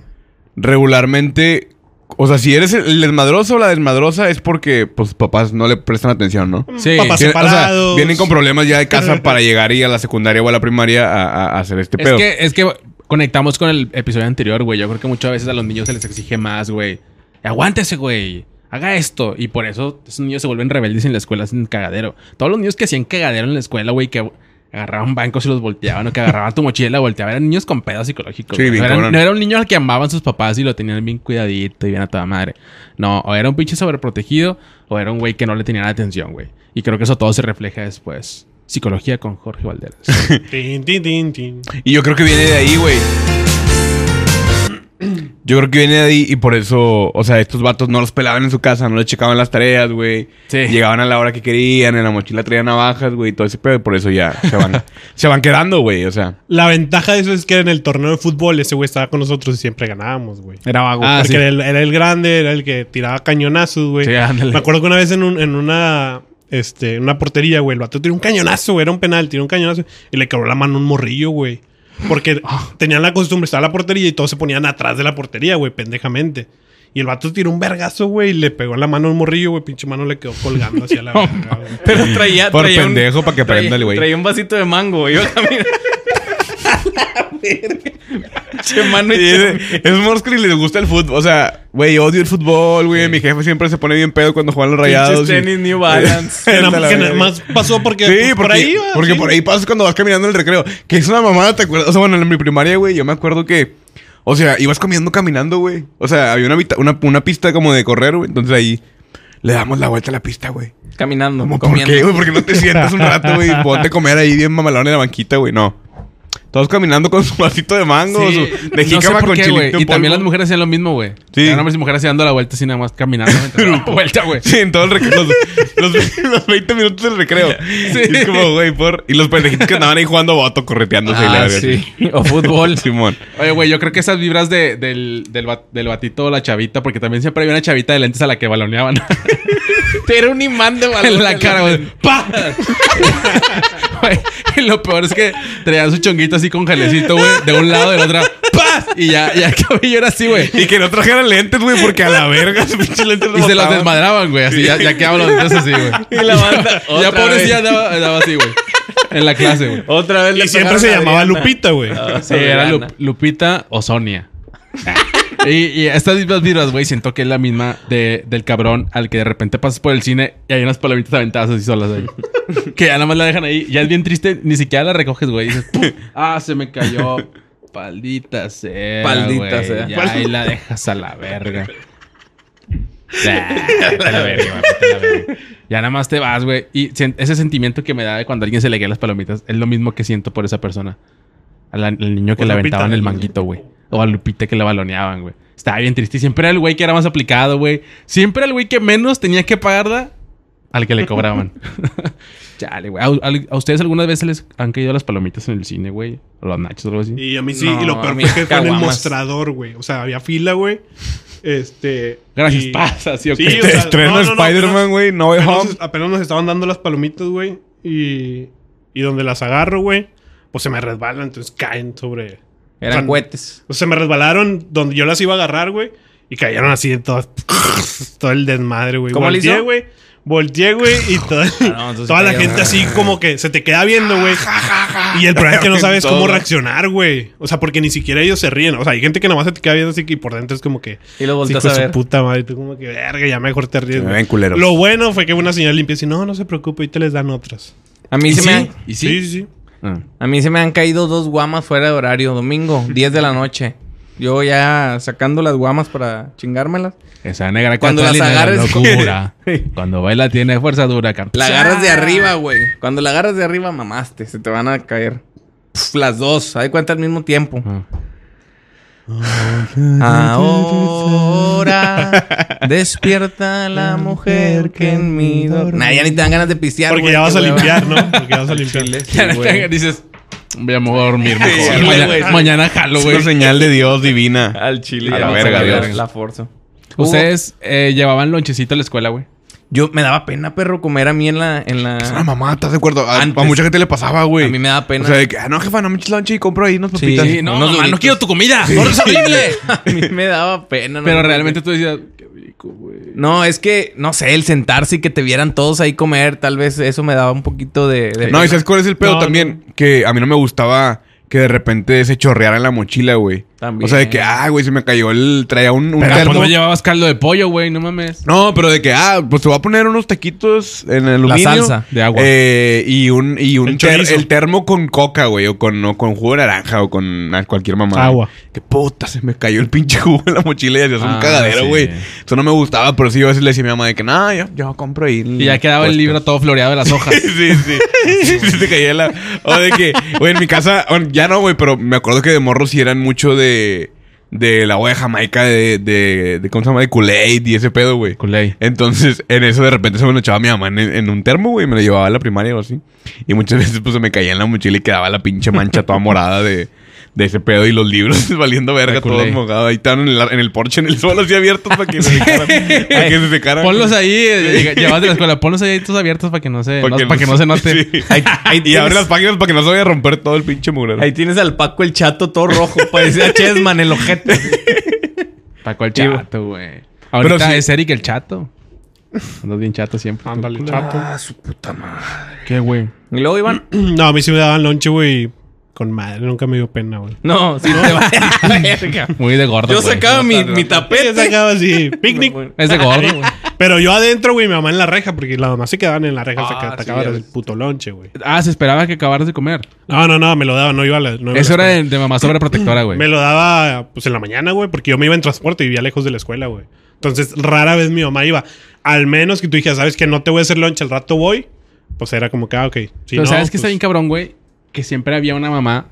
C: regularmente... O sea, si eres el desmadroso o la desmadrosa es porque pues papás no le prestan atención, ¿no?
B: Sí.
D: Papás
C: Tiene- o sea,
D: separados.
C: vienen con problemas ya de casa para llegar y a la secundaria o a la primaria a, a- a hacer este
B: Es
C: pedo.
B: que, es que conectamos con el episodio anterior, güey. Yo creo que muchas veces a los niños se les exige más, güey. Aguántese, güey. Haga esto. Y por eso esos niños se vuelven rebeldes en la escuela, hacen cagadero. Todos los niños que hacían cagadero en la escuela, güey, que agarraban bancos y los volteaban o que agarraban tu mochila y la volteaban. Eran niños con pedos psicológicos.
C: Sí,
B: güey.
C: bien
B: no, eran-
C: cabrón.
B: no era un niño al que amaban sus papás y lo tenían bien cuidadito y bien a toda madre. No, o era un pinche sobreprotegido o era un güey que no le tenían atención, güey. Y creo que eso todo se refleja después. Psicología con
C: (laughs)
B: Jorge Valderas.
D: Tin, tin, tin, tin.
C: Y yo creo que viene de ahí, güey. Yo creo que viene de ahí y por eso, o sea, estos vatos no los pelaban en su casa, no les checaban las tareas, güey.
B: Sí.
C: Llegaban a la hora que querían, en la mochila traían navajas, güey, y todo ese pedo, y por eso ya se van, se van quedando, güey, o sea.
D: La ventaja de eso es que en el torneo de fútbol ese güey estaba con nosotros y siempre ganábamos, güey.
A: Era vago.
B: Ah,
D: Porque
B: sí.
D: era, el, era el grande, era el que tiraba cañonazos, güey.
B: Sí,
D: (laughs)
B: ándale.
D: Me acuerdo que una vez en, un- en una este, en una portería, güey, el vato tiró un cañonazo, güey. Era un penal, tiró un cañonazo y le quebró la mano a un morrillo, güey. Porque tenían la costumbre, estaba la portería y todos se ponían atrás de la portería, güey, pendejamente. Y el vato tiró un vergazo, güey, y le pegó en la mano a un morrillo, güey. Pinche mano le quedó colgando hacia la verga, güey.
A: Pero traía,
C: Por
A: traía
C: pendejo, pa' que
A: traía-
C: aprenda el güey.
A: Traía un vasito de mango, güey. Iba caminando. A la verga. Che, mano, y
C: Y
A: che-
C: es, es morros que ni les gusta el fútbol, o sea, güey, odio el fútbol, güey, mi jefe siempre se pone bien pedo cuando juegan los rayados.
A: pinches
C: y-
A: tenis New Balance.
D: Que
C: Vete a
D: nada-
C: la
D: que nada
C: verga.
D: más pasó porque
C: Sí,
D: pues,
C: porque,
D: por ahí, güey,
C: porque
D: sí.
C: por ahí pasas cuando vas caminando en el recreo. Que es una mamada, ¿te acuerdas? O sea, bueno, en mi primaria, güey, yo me acuerdo que... O sea, ibas caminando, caminando, güey. O sea, había una, vita- una, una pista como de correr, güey. Entonces ahí le damos la vuelta a la pista, güey.
A: Caminando,
C: Como, ¿por
A: comiendo.
C: qué, güey? Porque no te sientas un rato, güey. y Ponte a comer ahí bien mamalón en la banquita, güey. No. Todos caminando con su vasito de mango,
B: Sí,
C: su, de
B: no
C: jícama
B: sé por
C: con
B: qué,
C: chilito
B: güey.
C: en
B: Y también
C: polvo.
B: las mujeres hacían lo mismo, güey.
C: Sí.
B: Eran hombres y mujeres hacían la vuelta así nada más caminando.
C: (laughs)
B: mientras daban la vuelta, güey.
C: Sí, en todo el recreo. Los, los- los 20 minutos del recreo. Y es como, güey, por... Y los pendejitos que andaban ahí jugando boto, correteándose. y la
A: Ah,
C: verga, así.
A: sí.
B: (laughs)
A: O fútbol.
C: Simón.
B: Oye, güey, yo creo que esas vibras de- del, del, bat- del batito o la chavita, porque también siempre había una chavita de lentes a la
C: (laughs)
B: que baloneaban
A: Era un imán de balón.
B: (laughs) en la cara, güey. ¡Pa! (laughs) Güey, y lo peor es que traían su chonguito así con gelecito, güey, de un lado, del otro. ¡Paz! Y ya, ya el cabello era así, güey.
C: Y que no trajeran lentes, güey, porque a la verga sus pinches lentes
B: Y se los
C: botaban.
B: desmadraban, güey. Así, ya, ya quedaban los lentes así, güey.
A: Y la banda.
B: (laughs) Ya
A: otra
B: pobrecilla
A: vez.
B: daba, daba así, güey. En la clase, güey.
A: Otra vez le
D: Y siempre se
A: pegaron a
D: llamaba
A: Adriana.
D: Lupita, güey.
A: Ah,
B: Sí, era
A: Adriana.
B: Lup- Lupita o Sonia. y, y estas mismas vibras, güey, siento que es la misma de, del cabrón al que de repente pasas por el cine y hay unas palomitas aventadas así solas ahí. que ya nada más la dejan ahí. Ya es bien triste, ni siquiera la recoges, güey. Dices, "Pum, ah, se me cayó. Paldita sea.
A: Paldita
B: güey.
A: sea.
B: Ya ahí la dejas a la verga. Ya, vete a la verga, güey, vete a la verga. Ya nada más te vas, güey. Y sen- ese sentimiento que me da de cuando a alguien se le caen las palomitas es lo mismo que siento por esa persona. Al, al niño que
A: Pues
D: Por
B: le
D: Lupita.
B: aventaban el manguito, güey. O a Lupita que le baloneaban, güey. Estaba bien triste. Y siempre era el güey que era más aplicado, güey. Siempre era el güey que menos tenía que pagarla al que le cobraban. (laughs) Chale, güey. ¿A, a, a ustedes alguna vez se les han caído las palomitas en el cine, güey? O los nachos o algo así.
D: Y a mí sí,
A: No,
D: y lo
A: a
D: peor
A: mí
D: fue que fue en el
A: caguamas.
D: mostrador, güey. O sea, había fila, güey. Este.
B: Gracias,
D: y-
B: pasa, sí, o
D: Sí,
B: qué?
D: o
C: Te
D: sea,
C: estreno
D: no, no, no,
C: Spider-Man, güey, No Way
D: Apenas,
C: Home.
D: nos- apenas nos estaban dando las palomitas, güey. Y, y donde las agarro, güey, pues se me resbalan, entonces caen sobre.
A: Eran
D: Fan-
A: cohetes.
D: O sea, se me resbalaron donde yo las iba a agarrar, güey. Y cayeron así en todas. (laughs) todo el desmadre, güey.
A: ¿Cómo le
D: Volteé,
A: hizo?
D: güey. Volteé, güey, y toda,
A: no, entonces
D: toda la
A: cayó.
D: gente así como que se te queda viendo, güey. Y el problema
A: (laughs)
D: es que no sabes
C: Todo.
D: cómo reaccionar, güey. O sea, porque ni siquiera ellos se ríen. O sea, hay gente que nomás se te queda viendo así que y por dentro es como que.
A: Y lo
D: Sí,
A: volteas
D: con
A: a ver.
D: su puta madre. Tú como que, verga, ya mejor te ríes.
C: me
D: güey".
C: ven culeros.
D: Lo bueno fue que una señora limpia y no, no se preocupe, y te les dan otras.
A: A mí, se me han,
B: ¿Y
D: Sí,
B: sí?
D: sí, sí.
B: Ah.
A: a mí se me han caído dos guamas fuera de horario. Domingo, 10 de la noche. Yo ya sacando las guamas para chingármelas.
B: Esa negra
A: Cuando las
B: Catalina de la
A: agarres- (laughs)
B: locura. Cuando baila tiene fuerza dura, carnal.
A: La agarras de arriba, güey. Cuando la agarras de arriba, mamaste. Se te van a caer. Pf, las dos. Hay cuenta al mismo tiempo.
B: Ah.
C: (laughs)
A: Ahora despierta la mujer que en mí dorme. Nah, ya ni te dan ganas de pistear.
D: Porque
A: güey,
D: ya vas
A: qué
D: a
A: hueva.
B: (laughs)
D: limpiar, ¿no? Porque ya vas a limpiar.
A: Ya no te dan- Dices,
B: Voy a dormir mejor.
C: Sí,
B: Maña-
A: güey.
B: mañana jalo,
C: Es
B: güey.
C: una señal de Dios divina.
A: (laughs) Al chile.
C: A
A: ya
C: la
A: no
C: verga,
A: sabía
C: Dios.
A: La fuerza.
B: Ustedes eh, llevaban lonchecito a la escuela, güey.
A: Yo me daba pena, perro, comer a mí en la. En la...
C: Es una mamá, ¿estás de acuerdo? A, a
A: Antes.
C: mucha gente le pasaba, güey.
A: A mí me daba pena.
C: O sea, de que, ah, no, jefa, no me eches lonche y compro ahí unas
A: Sí.
C: papitas.
A: Sí, no, mamá, no quiero tu
B: comida.
A: (laughs) a mí me daba pena. no
B: Pero
A: mames.
B: realmente tú decías, qué rico, güey.
A: No, es que, no sé, el sentarse y que te vieran todos ahí comer, tal vez eso me daba un poquito de. de
C: No,
A: pena.
C: ¿y sabes cuál es el pedo
D: Eh, No,
C: también? Que a mí no me gustaba que de repente se chorreara en la mochila, güey.
A: También.
C: O sea, de que, ah, güey, se me cayó el... Traía un, un
B: Pero pues
C: termo.
B: no llevabas caldo de pollo, güey, no mames.
C: No, pero de que, ah, pues te voy a poner unos taquitos en aluminio.
A: salsa
B: de agua.
C: Eh, y un, y un
D: El
C: el,
D: chorizo.
C: el termo con coca, güey, o con, o con jugo de naranja, o con ah, cualquier mamá.
D: Agua.
C: Que puta, se me cayó el pinche jugo en la mochila y hacías
B: Ah,
C: un cagadero,
B: sí.
C: güey. Eso no me gustaba, pero sí, yo a veces le decía a mi mamá de que, no, yo, yo compro ahí.
B: Y ya quedaba el libro todo floreado de las hojas.
C: (laughs) Sí, sí. sí, te caía la. O de que, güey, en mi casa, bueno, ya no, güey, pero me acuerdo que de morros sí eran mucho de. De la agua de Jamaica, de, de, de. ¿Cómo se llama? De Kool-Aid y ese pedo, güey.
B: Culey.
C: Entonces, en eso de repente se me lo echaba mi mamá en, en un termo, güey. Me lo llevaba a la primaria o así. Y muchas veces, pues, se me caía en la mochila y quedaba la pinche mancha toda morada de, de ese pedo. Y los libros (laughs) valiendo verga,
B: De Kool-Aid.
C: todos mojados. Ahí estaban en el, en el porche, en el suelo, así abiertos para
B: (laughs)
C: que se secaran. para que se secaran.
B: Ponlos ahí, eh, llevabas de la escuela, ponlos ahí todos abiertos para que no se, no- para que no se note.
C: Sí.
A: Ahí- ahí
C: y
A: tienes-
C: abre las páginas para que no se vaya a romper todo el pinche mugrero.
A: Ahí tienes al Paco el chato todo rojo, parece a Chessman el ojete.
B: Paco el
A: Chivo.
B: chato, güey. Ahorita
C: sí.
B: es Eric el chato. Andas bien chato siempre.
D: Ándale, chato.
B: ¿Qué, güey?
A: Y luego iban.
D: (clears throat) No, a mí sí me daban lonche, güey. Con madre, nunca me dio pena, güey.
A: No, sí te
B: (laughs)
A: va a la (laughs) verga.
B: Muy de gordo,
A: Yo
B: güey.
A: sacaba mi, mi tapete.
D: Yo
A: (laughs)
D: sacaba así, picnic.
B: Es de gordo, güey.
D: Pero yo adentro, güey, mi mamá en la reja, porque la mamá se quedaban en la reja hasta que
A: Ah,
D: hasta
A: sí,
D: acabaras
A: ya
D: el
A: ves.
D: puto lonche, güey.
B: Ah, se esperaba que acabaras de comer.
D: No, no, no, me lo daba, no iba a la. no iba a la
B: Eso era
D: escuela.
B: de, de mamá sobreprotectora,
D: (clears throat)
B: güey.
D: Me lo daba, pues en la mañana, güey, porque yo me iba en transporte y vivía lejos de la escuela, güey. Entonces, rara vez mi mamá iba. Al menos que tú dijeras, ¿sabes que No te voy a hacer lunch, al rato voy. Pues era como que, ah, ok. Si
B: Pero
D: no,
B: sabes que está
D: pues,
B: bien cabrón, güey. Que siempre había una mamá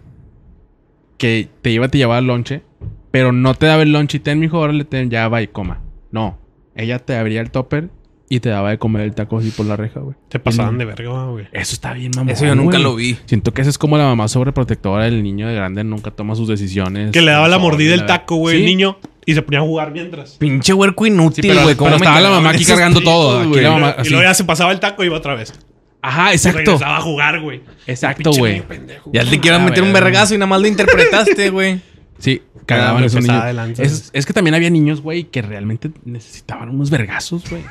B: que te iba, te llevaba el lonche, pero no te daba el lonche y ten, mijo, órale, ten, ya va y coma. No. Ella te abría el topper y te daba de comer el taco así por la reja, güey.
D: Te
B: Mm.
D: pasaban de verga, güey.
B: Eso está bien, mamá.
A: Eso yo nunca lo vi.
B: Siento que eso es como la mamá sobreprotectora. El niño de grande nunca toma sus decisiones.
D: Que le daba la
B: Sobre,
D: mordida
B: la-
D: el taco, güey,
B: Sí,
D: el niño, y se ponía a jugar mientras.
A: Pinche huerco
B: Sí,
A: inútil,
B: pero,
A: güey.
B: pero estaba la mamá aquí cargando todo. Aquí la mamá,
D: Y
B: así.
D: luego ya se pasaba el taco y iba otra vez.
B: Ajá,
D: Y
B: exacto.
D: regresaba a jugar, güey.
B: Exacto,
D: Pinche
B: güey.
D: niño pendejo.
A: (laughs) Ya te quiero
B: Ah,
A: meter un
B: verga.
A: vergazo y nada más lo interpretaste,
B: (laughs)
A: güey.
B: Sí, cagaban
D: Era
B: esos
D: pesada
B: niños.
D: de lanza,
B: Es, es que también había niños, güey, que realmente necesitaban unos vergazos, güey.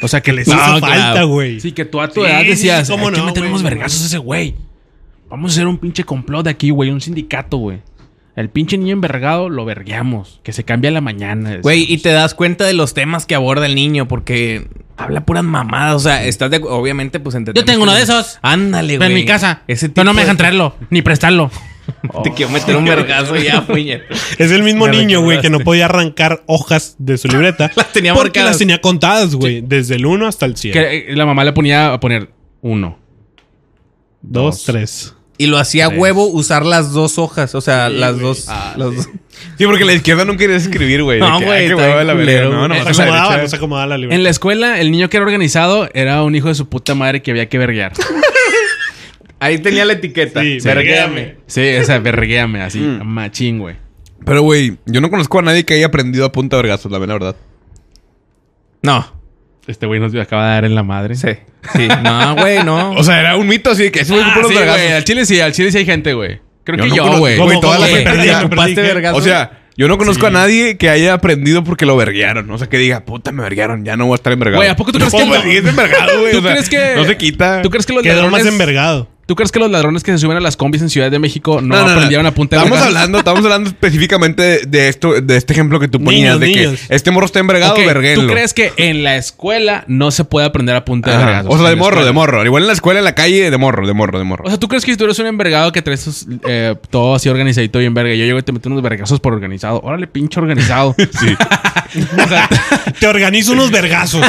B: O sea, que les
D: hizo falta, güey.
B: Sí, que tú a tu
D: Sí,
B: edad
D: sí, sí,
B: decías,
D: cómo
B: hay que
D: no,
B: meter
D: güey,
B: unos
D: no
B: vergazos a
D: mames".
B: ese güey. Vamos a hacer un pinche complot de aquí, güey, un sindicato, güey. El pinche niño envergado lo vergueamos. Que se cambie a la mañana. decíamos.
A: Güey, y te das cuenta de los temas que aborda el niño porque habla puras mamadas. O sea, estás de. Obviamente, pues entendemos.
B: Yo tengo uno
A: que-
B: de esos.
A: Ándale,
B: Pero
A: güey.
B: en mi casa.
A: Ese
B: Pero no
A: tipo
B: me
A: de-
B: dejan traerlo, ni prestarlo.
A: (laughs) Te quiero meter un vergazo ya, puñet.
D: Es el mismo
A: Ya me
D: niño, güey, que no
A: acordaste.
D: podía arrancar hojas de su
B: (laughs)
D: libreta.
A: Las tenía
D: Porque
A: marcadas.
D: las tenía contadas, güey. Desde el 1 hasta el 100.
B: Que eh, la mamá le ponía a poner uno.
D: 2, 3.
A: Y lo hacía a
B: Tres.
A: huevo usar las dos hojas. O sea, las dos. las dos-
C: Sí, porque la izquierda no quería escribir, güey. De
A: No,
C: que, ah,
A: güey,
C: qué
A: está
C: hueva
A: bien
C: la verga.
A: culero,
C: No, no,
A: güey.
D: No se
C: más a la
D: acomodaba, no
C: derecha.
D: se acomodaba la
B: En
D: libreta.
B: la escuela, el niño que era organizado era un hijo de su puta madre que había que verguear.
A: Ahí tenía la etiqueta.
D: Sí,
A: Verguéame.
D: verguéame.
B: Sí, o sea, verguéame así,
C: Mm.
B: machín, güey.
C: Pero, güey, yo no conozco a nadie que haya aprendido a punta vergazos, la verdad.
A: No.
B: Este güey nos acaba de dar en la madre.
A: Sí. Sí. No, güey,
C: (laughs)
A: no.
C: O sea, era un mito así de que ese güey
B: Ah,
C: ocupó los
B: sí, güey,
C: vergazos.
B: al chile sí, al chile sí hay gente, güey. Creo
C: Yo
B: que
C: no
B: yo,
C: conozco-
B: güey.
C: güey,
D: ¿Cómo,
C: toda
D: cómo?
C: la
D: Me
C: gente
D: perdí,
C: ya-
D: me perdí.
A: Ocupaste
D: ¿Qué?
A: vergazo.
C: O sea, yo no conozco a nadie que haya aprendido porque lo verguearon. O sea, que diga, puta, me verguearon, ya no voy a estar envergado.
B: Güey, ¿a poco tú crees que
C: no?
B: no?
C: Pues, sigues envergado, güey.
B: ¿Tú
C: O sea,
B: crees que-
C: No se quita.
B: ¿Tú crees que los
D: Quedó más
B: ladrones...
D: envergado.
B: ¿Tú crees que los ladrones que se suben a las combis en Ciudad de México no, aprendieron a punta de
C: Estamos
B: vergazos?
C: hablando, estamos hablando específicamente de, de esto, de este ejemplo que tú ponías,
D: Niños,
C: de
D: niños.
C: que este morro está envergado,
B: Ok,
C: verguenlo.
B: ¿Tú crees que en la escuela no se puede aprender a punta de
C: Ajá.
B: vergazos?
C: O sea, de
B: En la
C: morro,
B: escuela.
C: de morro. Igual en la escuela, en la calle, de morro, de morro, de morro.
B: O sea, ¿tú crees que si tú eres un envergado que traes sus, eh, todo así organizadito bien verga? y Yo llego y te meto unos vergazos por organizado. Órale, pinche organizado.
C: (laughs) sí.
B: (laughs) O sea,
D: Te organizo unos vergazos.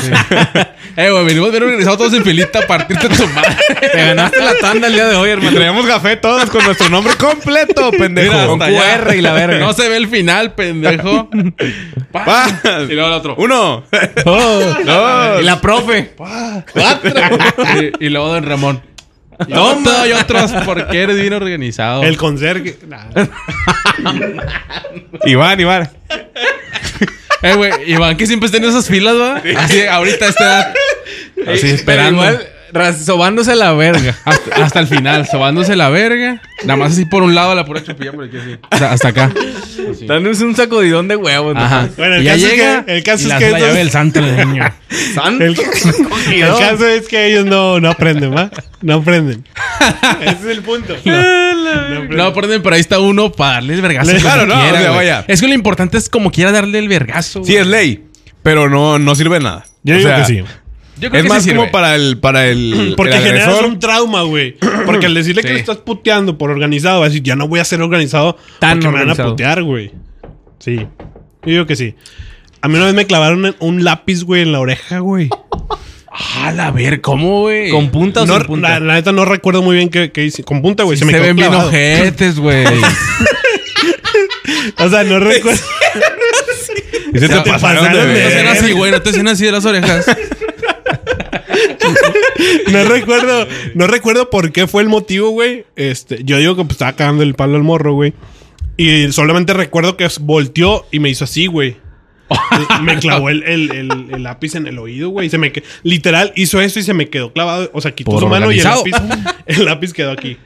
B: eh, güey, venimos bien organizados todos en filita a partirte tu madre.
A: te ganaste la tanda el día de hoy,
C: Y
A: hermano.
C: traíamos café todos con nuestro nombre (laughs) completo, pendejo.
B: Mira,
C: Con
B: hasta
C: cu-
B: allá.
A: QR y la verga.
B: No se ve el final,
A: (laughs)
B: pendejo. Pa.
C: Pa.
B: Y luego el otro.
C: Uno, (laughs) dos,
A: Oh. Y la profe.
B: Y, y luego Don Ramón. Y otro- y otros porque eres bien organizado.
D: El conserje. Nah.
C: Iván, Iván.
B: Eh, güey, Iván que siempre está en esas filas, ¿va? Así, ahorita está así esperando.
A: sobándose la verga.
B: (laughs) Hasta, hasta el final, sobándose la verga. Nada más así por un lado, la pura chupilla por aquí así. Hasta, hasta acá. Así.
A: Dándose un sacudidón de huevos. ¿no?
B: Ajá.
D: Bueno, el
B: Y ya
D: caso es
B: llega
D: que- el caso
B: y
D: es
B: le
D: que
B: hace la
D: entonces-
B: llave del santo del niño.
D: (laughs)
A: San-
D: El, el caso es que ellos no, no aprenden, ¿va? No aprenden. Ese es el punto. No, aprenden.
B: No, por pero ahí está uno para darle el vergazo.
D: Le-
B: como
C: Claro, no, o sea,
B: güey.
C: vaya.
B: Es que lo importante es como quiera darle el vergazo.
C: Sí,
B: güey.
C: es ley. Pero no, no sirve de nada.
D: Yo
C: O
D: digo
C: sea,
D: que sí.
B: Yo creo
C: Es
B: que
C: más
B: sí sirve.
C: como para el, para el,
D: (clears throat) Porque
C: el
D: generas
C: agresor.
D: un trauma, güey. Porque al decirle que
B: Sí.
D: lo estás puteando por organizado, va a decir, ya no voy a ser organizado
A: Tan
D: porque me van
A: organizado.
D: a putear, güey. Sí. Yo digo que sí. A mí una vez me clavaron un lápiz, güey, en la oreja, güey.
B: Ah, la ver, ¿cómo, güey?
A: ¿Con punta o
D: No,
A: sin punta?
D: la, la neta no recuerdo muy bien qué, qué hice. Con punta, güey. se
B: Se,
D: me quedó
B: ven bien
D: clavado. (laughs)
B: ojetes, güey.
D: O sea, no recuerdo.
C: Y se
D: te pasaron de
B: No sean
D: verga.
B: así, güey. No te sean así de
D: (laughs)
B: las orejas. (laughs)
D: No recuerdo, no recuerdo por qué fue el motivo, güey. Este, yo digo que pues, estaba cagando el palo al morro, güey. Y solamente recuerdo que volteó y me hizo así,
B: (laughs)
D: güey. Y me clavó el, el- el- el lápiz en el oído, güey. y Se me que- literal hizo eso y se me quedó clavado. O sea, quitó
B: Por
D: su mano y el
B: organizado. Ah,
D: lápiz,
B: (laughs)
D: el lápiz quedó aquí.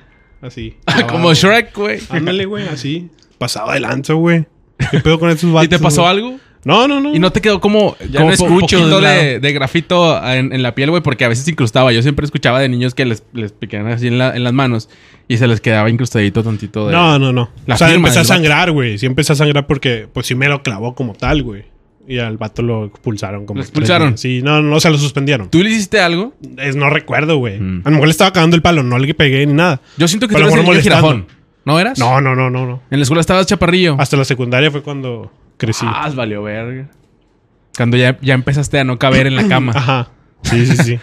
D: Así.
B: como Shrek, güey.
D: Ándale, güey, así. Pasado de lanza, güey. ¿Qué pedo con estos vatos?
B: (laughs) ¿Y te pasó
D: güey?
B: algo?
D: No, no, no.
B: Y no te quedó como,
A: Ya
B: como
A: no
B: po-
A: escucho
B: poquito
A: del lado.
B: de, de grafito en, en la piel, güey, porque a veces se incrustaba. Yo siempre escuchaba de niños que les, les picaban así en, la- en las manos y se les quedaba incrustadito tantito de...
D: No, no, no.
B: La
D: o sea,
B: firma
D: empecé a
B: del vato.
D: sangrar, güey. Sí empecé a sangrar porque, pues sí me lo clavó como tal, güey. Y al vato lo expulsaron. Como
B: ¿Lo
D: tres
B: expulsaron?
D: días. Sí, no, no, o sea, lo suspendieron.
B: ¿Tú le hiciste algo?
D: Es, no recuerdo, güey.
B: Mm.
D: A lo mejor le estaba cagando el palo, no le pegué ni nada.
B: Yo siento que
D: Pero
B: tú eras
D: a lo
B: el
D: mejor
B: niño
D: molestando.
B: jirafón. ¿No eras?
D: No, Ah, no, no, no, no.
B: En la escuela estabas chaparrillo.
D: Hasta la secundaria fue cuando crecí.
B: Ah, valió verga. Cuando ya, ya empezaste a no caber en la cama.
D: Ajá. Sí, sí, sí.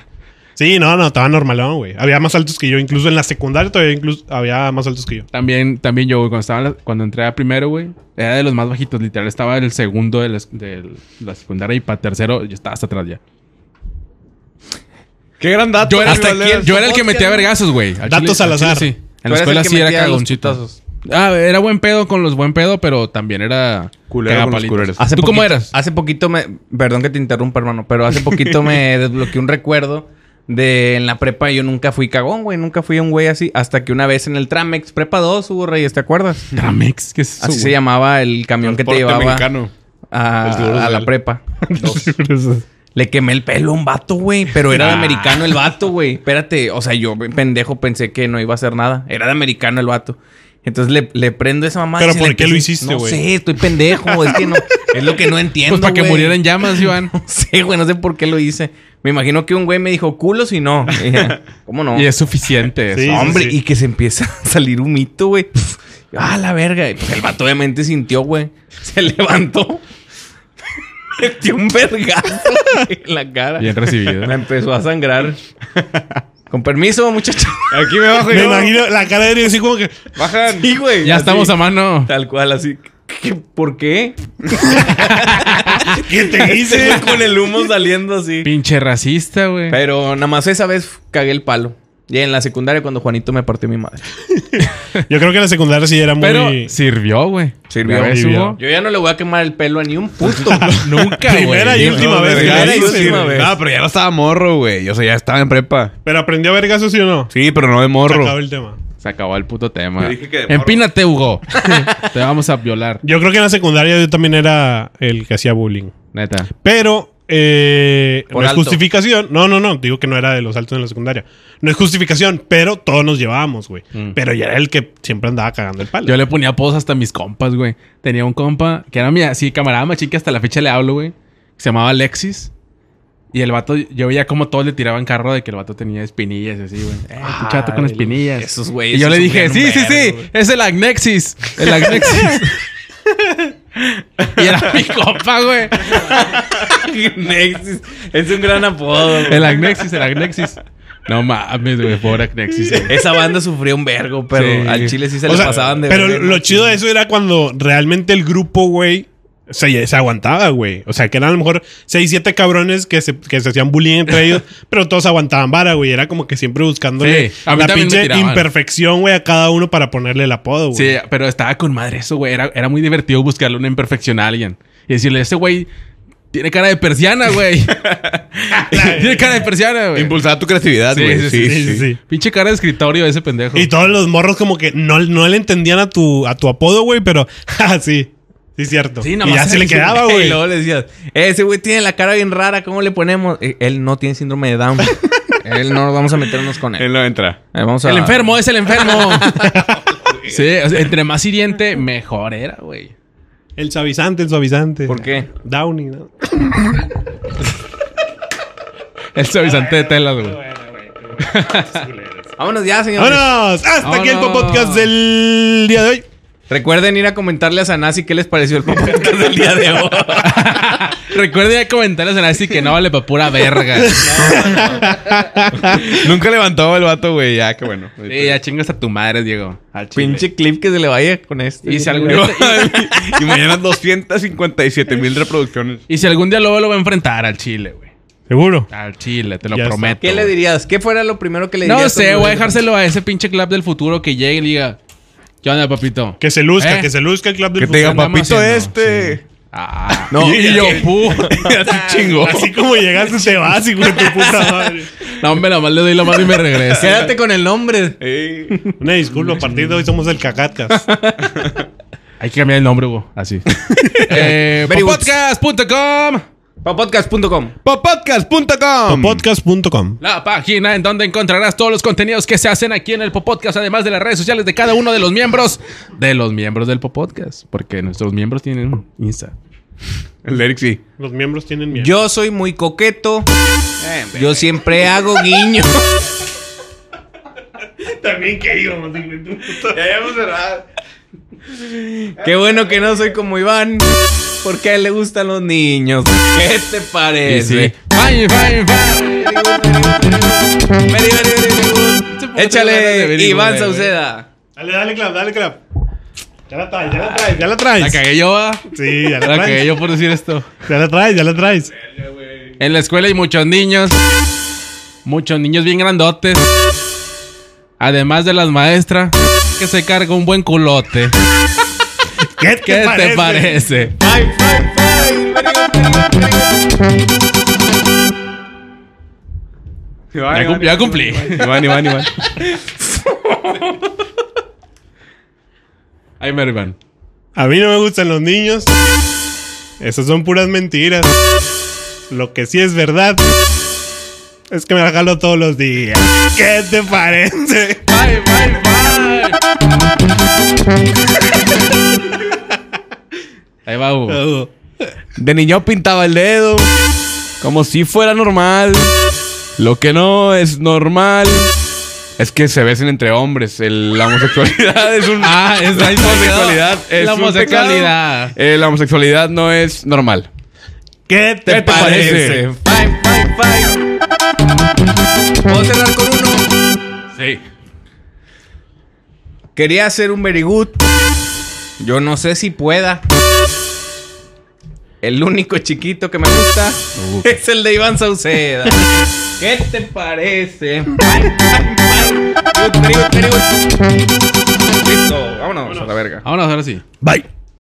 D: sí, no, no, estaba normalón, güey. Había más altos que yo. Incluso en la secundaria todavía incluso había más altos
B: (laughs)
D: que yo.
B: También, también yo, güey, cuando, estaba en la- cuando entré a primero, güey, era de los más bajitos, literal. Estaba el segundo de la, de la secundaria y para tercero yo estaba hasta atrás ya.
C: Qué gran dato.
B: Yo era,
C: Hasta
B: el- yo era el que metía vergazos, güey. Al
D: Datos
B: chile-
D: al
B: chile
D: azar.
B: sí. En
A: Tú
B: la
A: eres
B: escuela
A: el que
B: sí era
A: metía los
B: cagoncito.
A: putazos.
B: Ah, era buen pedo con los buen pedo, pero también era
C: Culero con los
B: cagapalitos.
C: culeros.
B: ¿Tú cómo
A: poquito-
B: eras?
A: Hace poquito me. Perdón que te interrumpa, hermano, pero hace poquito me desbloqueé un recuerdo de en la prepa. Yo nunca fui cagón, güey. Nunca fui un güey así. Hasta que una vez en el Tramex, prepa 2, hubo Reyes, ¿te acuerdas?
B: Tramex, ¿qué es eso,
A: Así se
B: güey?
A: llamaba el camión que te llevaba
C: mexicano.
A: a,
C: El seguro
A: a la
C: social.
A: prepa. Le quemé el pelo a un vato, güey. Pero era de americano el vato, güey. Espérate, o sea, yo pendejo pensé que no iba a hacer nada. Era de americano el vato. Entonces le, le prendo esa mamá. y
D: ¿Pero
A: se
D: por
A: le
D: qué
A: empiezo-
D: lo hiciste,
A: No
D: güey?
A: sé, estoy pendejo. Es que no. Es lo
D: (laughs)
A: que no entiendo.
B: Pues para que
A: güey. (laughs)
B: muriera en llamas, Iván.
A: No sé, güey. No sé por qué lo hice. Me imagino que un güey me dijo culo si no. Y
D: (laughs)
A: dije, ¿Cómo no?
B: Y es suficiente.
D: Sí.
B: eso.
A: Hombre,
D: sí.
A: y que se empieza a salir un mito, güey. (laughs) Ah, la verga. Y, pues, el vato obviamente sintió, güey. Se levantó. (laughs) Metió un vergazo güey, en la cara.
B: Bien
A: (laughs)
B: recibido.
A: Me empezó a sangrar. Con permiso, muchacho.
C: Aquí me bajo
D: Me
C: yo.
D: imagino la cara de Dios así como que...
C: Bajan.
A: Sí, güey.
B: Ya
A: Así,
B: estamos a mano.
A: Tal cual, así. ¿Qué- ¿Por qué?
D: (laughs) ¿Qué te hice?
A: Hice con el humo saliendo así.
B: Pinche racista, güey.
A: Pero nada más esa vez cagué el palo. Ya en la secundaria cuando Juanito me partió mi madre.
D: Yo creo que la secundaria sí era muy...
B: Pero sirvió, güey.
A: Sirvió.
B: Ya ves,
D: Sirvió.
B: Hugo.
A: Yo ya no le voy a quemar el pelo a ni un puto.
B: (laughs) Nunca, güey.
D: Primera y
B: Ni-
D: última
C: No,
D: vez.
C: verga,
A: Primera y
C: eso sí,
A: última
C: güey.
A: vez.
C: No, pero ya no estaba morro, güey. O sea, ya estaba en prepa.
D: Ah, Pero aprendió a vergasos, ¿sí o no?
C: Sí, pero no de
D: Se
C: morro.
D: acabó el tema.
B: Se acabó el puto tema.
C: Yo dije que de morro.
B: Empínate, Hugo. Te vamos a violar.
D: Yo creo que en la secundaria yo también era el que hacía bullying.
B: Neta.
D: Pero eh, no
A: Por
D: es
A: alto.
D: justificación. No, no, no. Digo que no era de los altos en la secundaria. No es justificación, pero todos nos llevábamos, güey.
B: Mm.
D: Pero yo era el que siempre andaba cagando el palo.
B: Yo le ponía apodos hasta a mis compas, güey. Tenía un compa que era mi así camarada machín que hasta la fecha le hablo, güey. que Se llamaba Alexis. Y el vato, yo veía como todos le tiraban carro de que el vato tenía espinillas, y así, güey. Eh, tu chato con espinillas.
A: Esos güeyes.
B: y yo le
A: sí
B: dije, sí,
A: sufrieron
B: sí, sí,
A: vergo, güey. (laughs)
B: es el Agnexis. El Agnexis. y era mi compa, güey.
A: Nexis. Es un gran apodo. güey.
B: El Agnexis, el Agnexis. No mames, güey, pobre Agnexis. güey.
A: Esa banda sufrió un vergo, pero
B: Sí.
A: al chile sí se
D: O
A: le
D: sea,
A: pasaban de
D: Pero
A: verga.
D: lo chido de eso era cuando realmente el grupo, güey, se, se aguantaba, güey. O sea, que eran a lo mejor 6, 7 cabrones que se, que se hacían bullying
B: (laughs)
D: entre ellos, pero todos aguantaban vara, güey. Era como que siempre buscándole
B: Sí, a mí
D: la
B: también me
D: pinche
B: tiraban.
D: imperfección, güey, a cada uno para ponerle el apodo, güey.
B: Sí, pero estaba con madre eso, güey. Era, era muy divertido buscarle una imperfección a alguien. Y decirle, ese güey tiene cara de persiana, güey. tiene cara de persiana, güey.
C: Impulsaba tu creatividad,
B: Sí,
C: güey.
B: sí,
C: Sí
B: sí,
C: sí,
D: sí, sí, sí.
B: Pinche cara de escritorio ese pendejo.
D: Y todos los morros como que no, no le entendían a tu, a tu apodo, güey, pero (laughs) ah, sí. Sí, cierto.
B: Sí,
D: y
B: nomás
D: ya se le
B: así, (laughs)
D: quedaba,
A: Y
D: güey.
A: luego le decías, ese güey tiene la cara bien rara, ¿cómo le ponemos? Eh, Él no tiene síndrome de Down. él no vamos a meternos con él.
C: Él no entra.
A: Eh, vamos a-
B: El enfermo es el enfermo. (laughs) sí, o sea, entre más hiriente, mejor era, güey.
D: El suavizante, el suavizante.
A: ¿Por qué?
D: Downy, ¿no?
B: El suavizante de telas, güey.
A: Vámonos ya, señores.
D: ¡Vámonos! Hasta aquí el
B: Vámonos.
D: podcast del día de hoy.
A: Recuerden ir a comentarle a Sanasi qué les pareció el podcast del día de hoy.
B: Recuerda ya comentarles en así que no vale pa' pura verga.
C: Nunca levantaba el vato, güey. Ya, qué bueno.
B: Sí, ya chingas a tu madre, Diego. Al chile.
A: Pinche clip que se le vaya con este.
B: Y si algún
A: Luego-
C: (laughs) y mañana 257 mil reproducciones.
B: (laughs) Y si algún día luego lo va a enfrentar al chile, güey.
D: Seguro.
B: Al chile, te lo
D: Ya está.
B: prometo.
A: ¿Qué le
B: güey.
A: dirías? ¿Qué fuera lo primero que le dirías?
B: No sé,
A: cuando-
B: voy a dejárselo a ese pinche club del futuro que llegue y le diga, ¿qué onda, papito?
D: Que se luzca,
B: Eh.
D: que se luzca el club del
C: Que te diga,
D: Fusán.
B: andamos
C: papito
B: haciendo?
C: este.
B: Ah,
A: No,
B: y yo, pu.
A: (laughs)
C: Así chingo.
D: Así como llegaste, te vas, hijo de tu
B: (laughs)
D: puta madre.
B: No, hombre, nomás le doy la mano y me regreso.
A: Quédate con el nombre.
C: Ey.
D: Una disculpa, a partir de hoy somos el
B: (laughs)
D: cacatcas.
B: Hay que cambiar el nombre, Hugo. Así. (laughs) eh,
A: Very good.
B: podcast.com.
A: Papodcast.com.
C: Popodcast.com.
D: Podcast.com.
B: La página en donde encontrarás todos los contenidos que se hacen aquí en el Popodcast, además de las redes sociales de cada uno de los miembros de los miembros del Popodcast, porque nuestros miembros tienen Insta.
C: El Eric sí.
D: Los miembros tienen miedo.
A: Yo soy muy coqueto. Yo siempre hago guiño.
D: también que íbamos, hijo de tu puta madre.
A: Qué bueno que no soy como Iván. Porque a él le gustan los niños. ¿Qué te
B: Y
A: parece?
B: sí. Bye, bye, bye.
A: Very, very, very good. Échale,
B: Very good,
A: Iván
B: güey.
A: Sauceda.
D: Dale, dale, clap, dale, clap. Ya la traes, ya la traes, ya la traes.
B: La cagué yo, ¿va?
D: Sí, ya la
B: La cagué
D: traes.
B: yo por decir esto.
D: Ya la traes, ya la traes.
B: En la escuela hay muchos niños. Muchos niños bien grandotes. Además de las maestras, que se carga un buen
C: (laughs)
B: culote.
D: ¿Qué te,
B: ¿Qué te parece?
C: Iván,
B: Ya, cum- ya cumplí.
C: Iván, Iván, Iván.
B: Ay, Mervan.
D: A mí no me gustan los niños. Esas son puras mentiras. Lo que sí es verdad es que me la jalo todos los días. ¿Qué te parece?
B: Bye, bye, bye. Ahí va, Hugo.
D: Uh,
C: De niño pintaba el dedo. Como si fuera normal. Lo que no es normal es que se besen entre hombres. El- la homosexualidad es un.
B: (laughs) Ah, es
C: (laughs)
B: la homosexualidad.
C: es
B: la
C: un
B: homosexualidad.
C: pecado. Eh, la homosexualidad no es normal.
D: ¿Qué te,
C: ¿Qué te
D: parece?
C: parece?
A: Eh, Five, five, five. ¿Puedo cerrar con uno?
B: Sí.
A: Quería hacer un very good. Yo no sé si pueda. El único chiquito que me gusta (laughs) es el de Iván Sauceda. ¿Qué te parece? Listo, vámonos a la verga.
B: Vámonos, ahora sí.
C: Bye.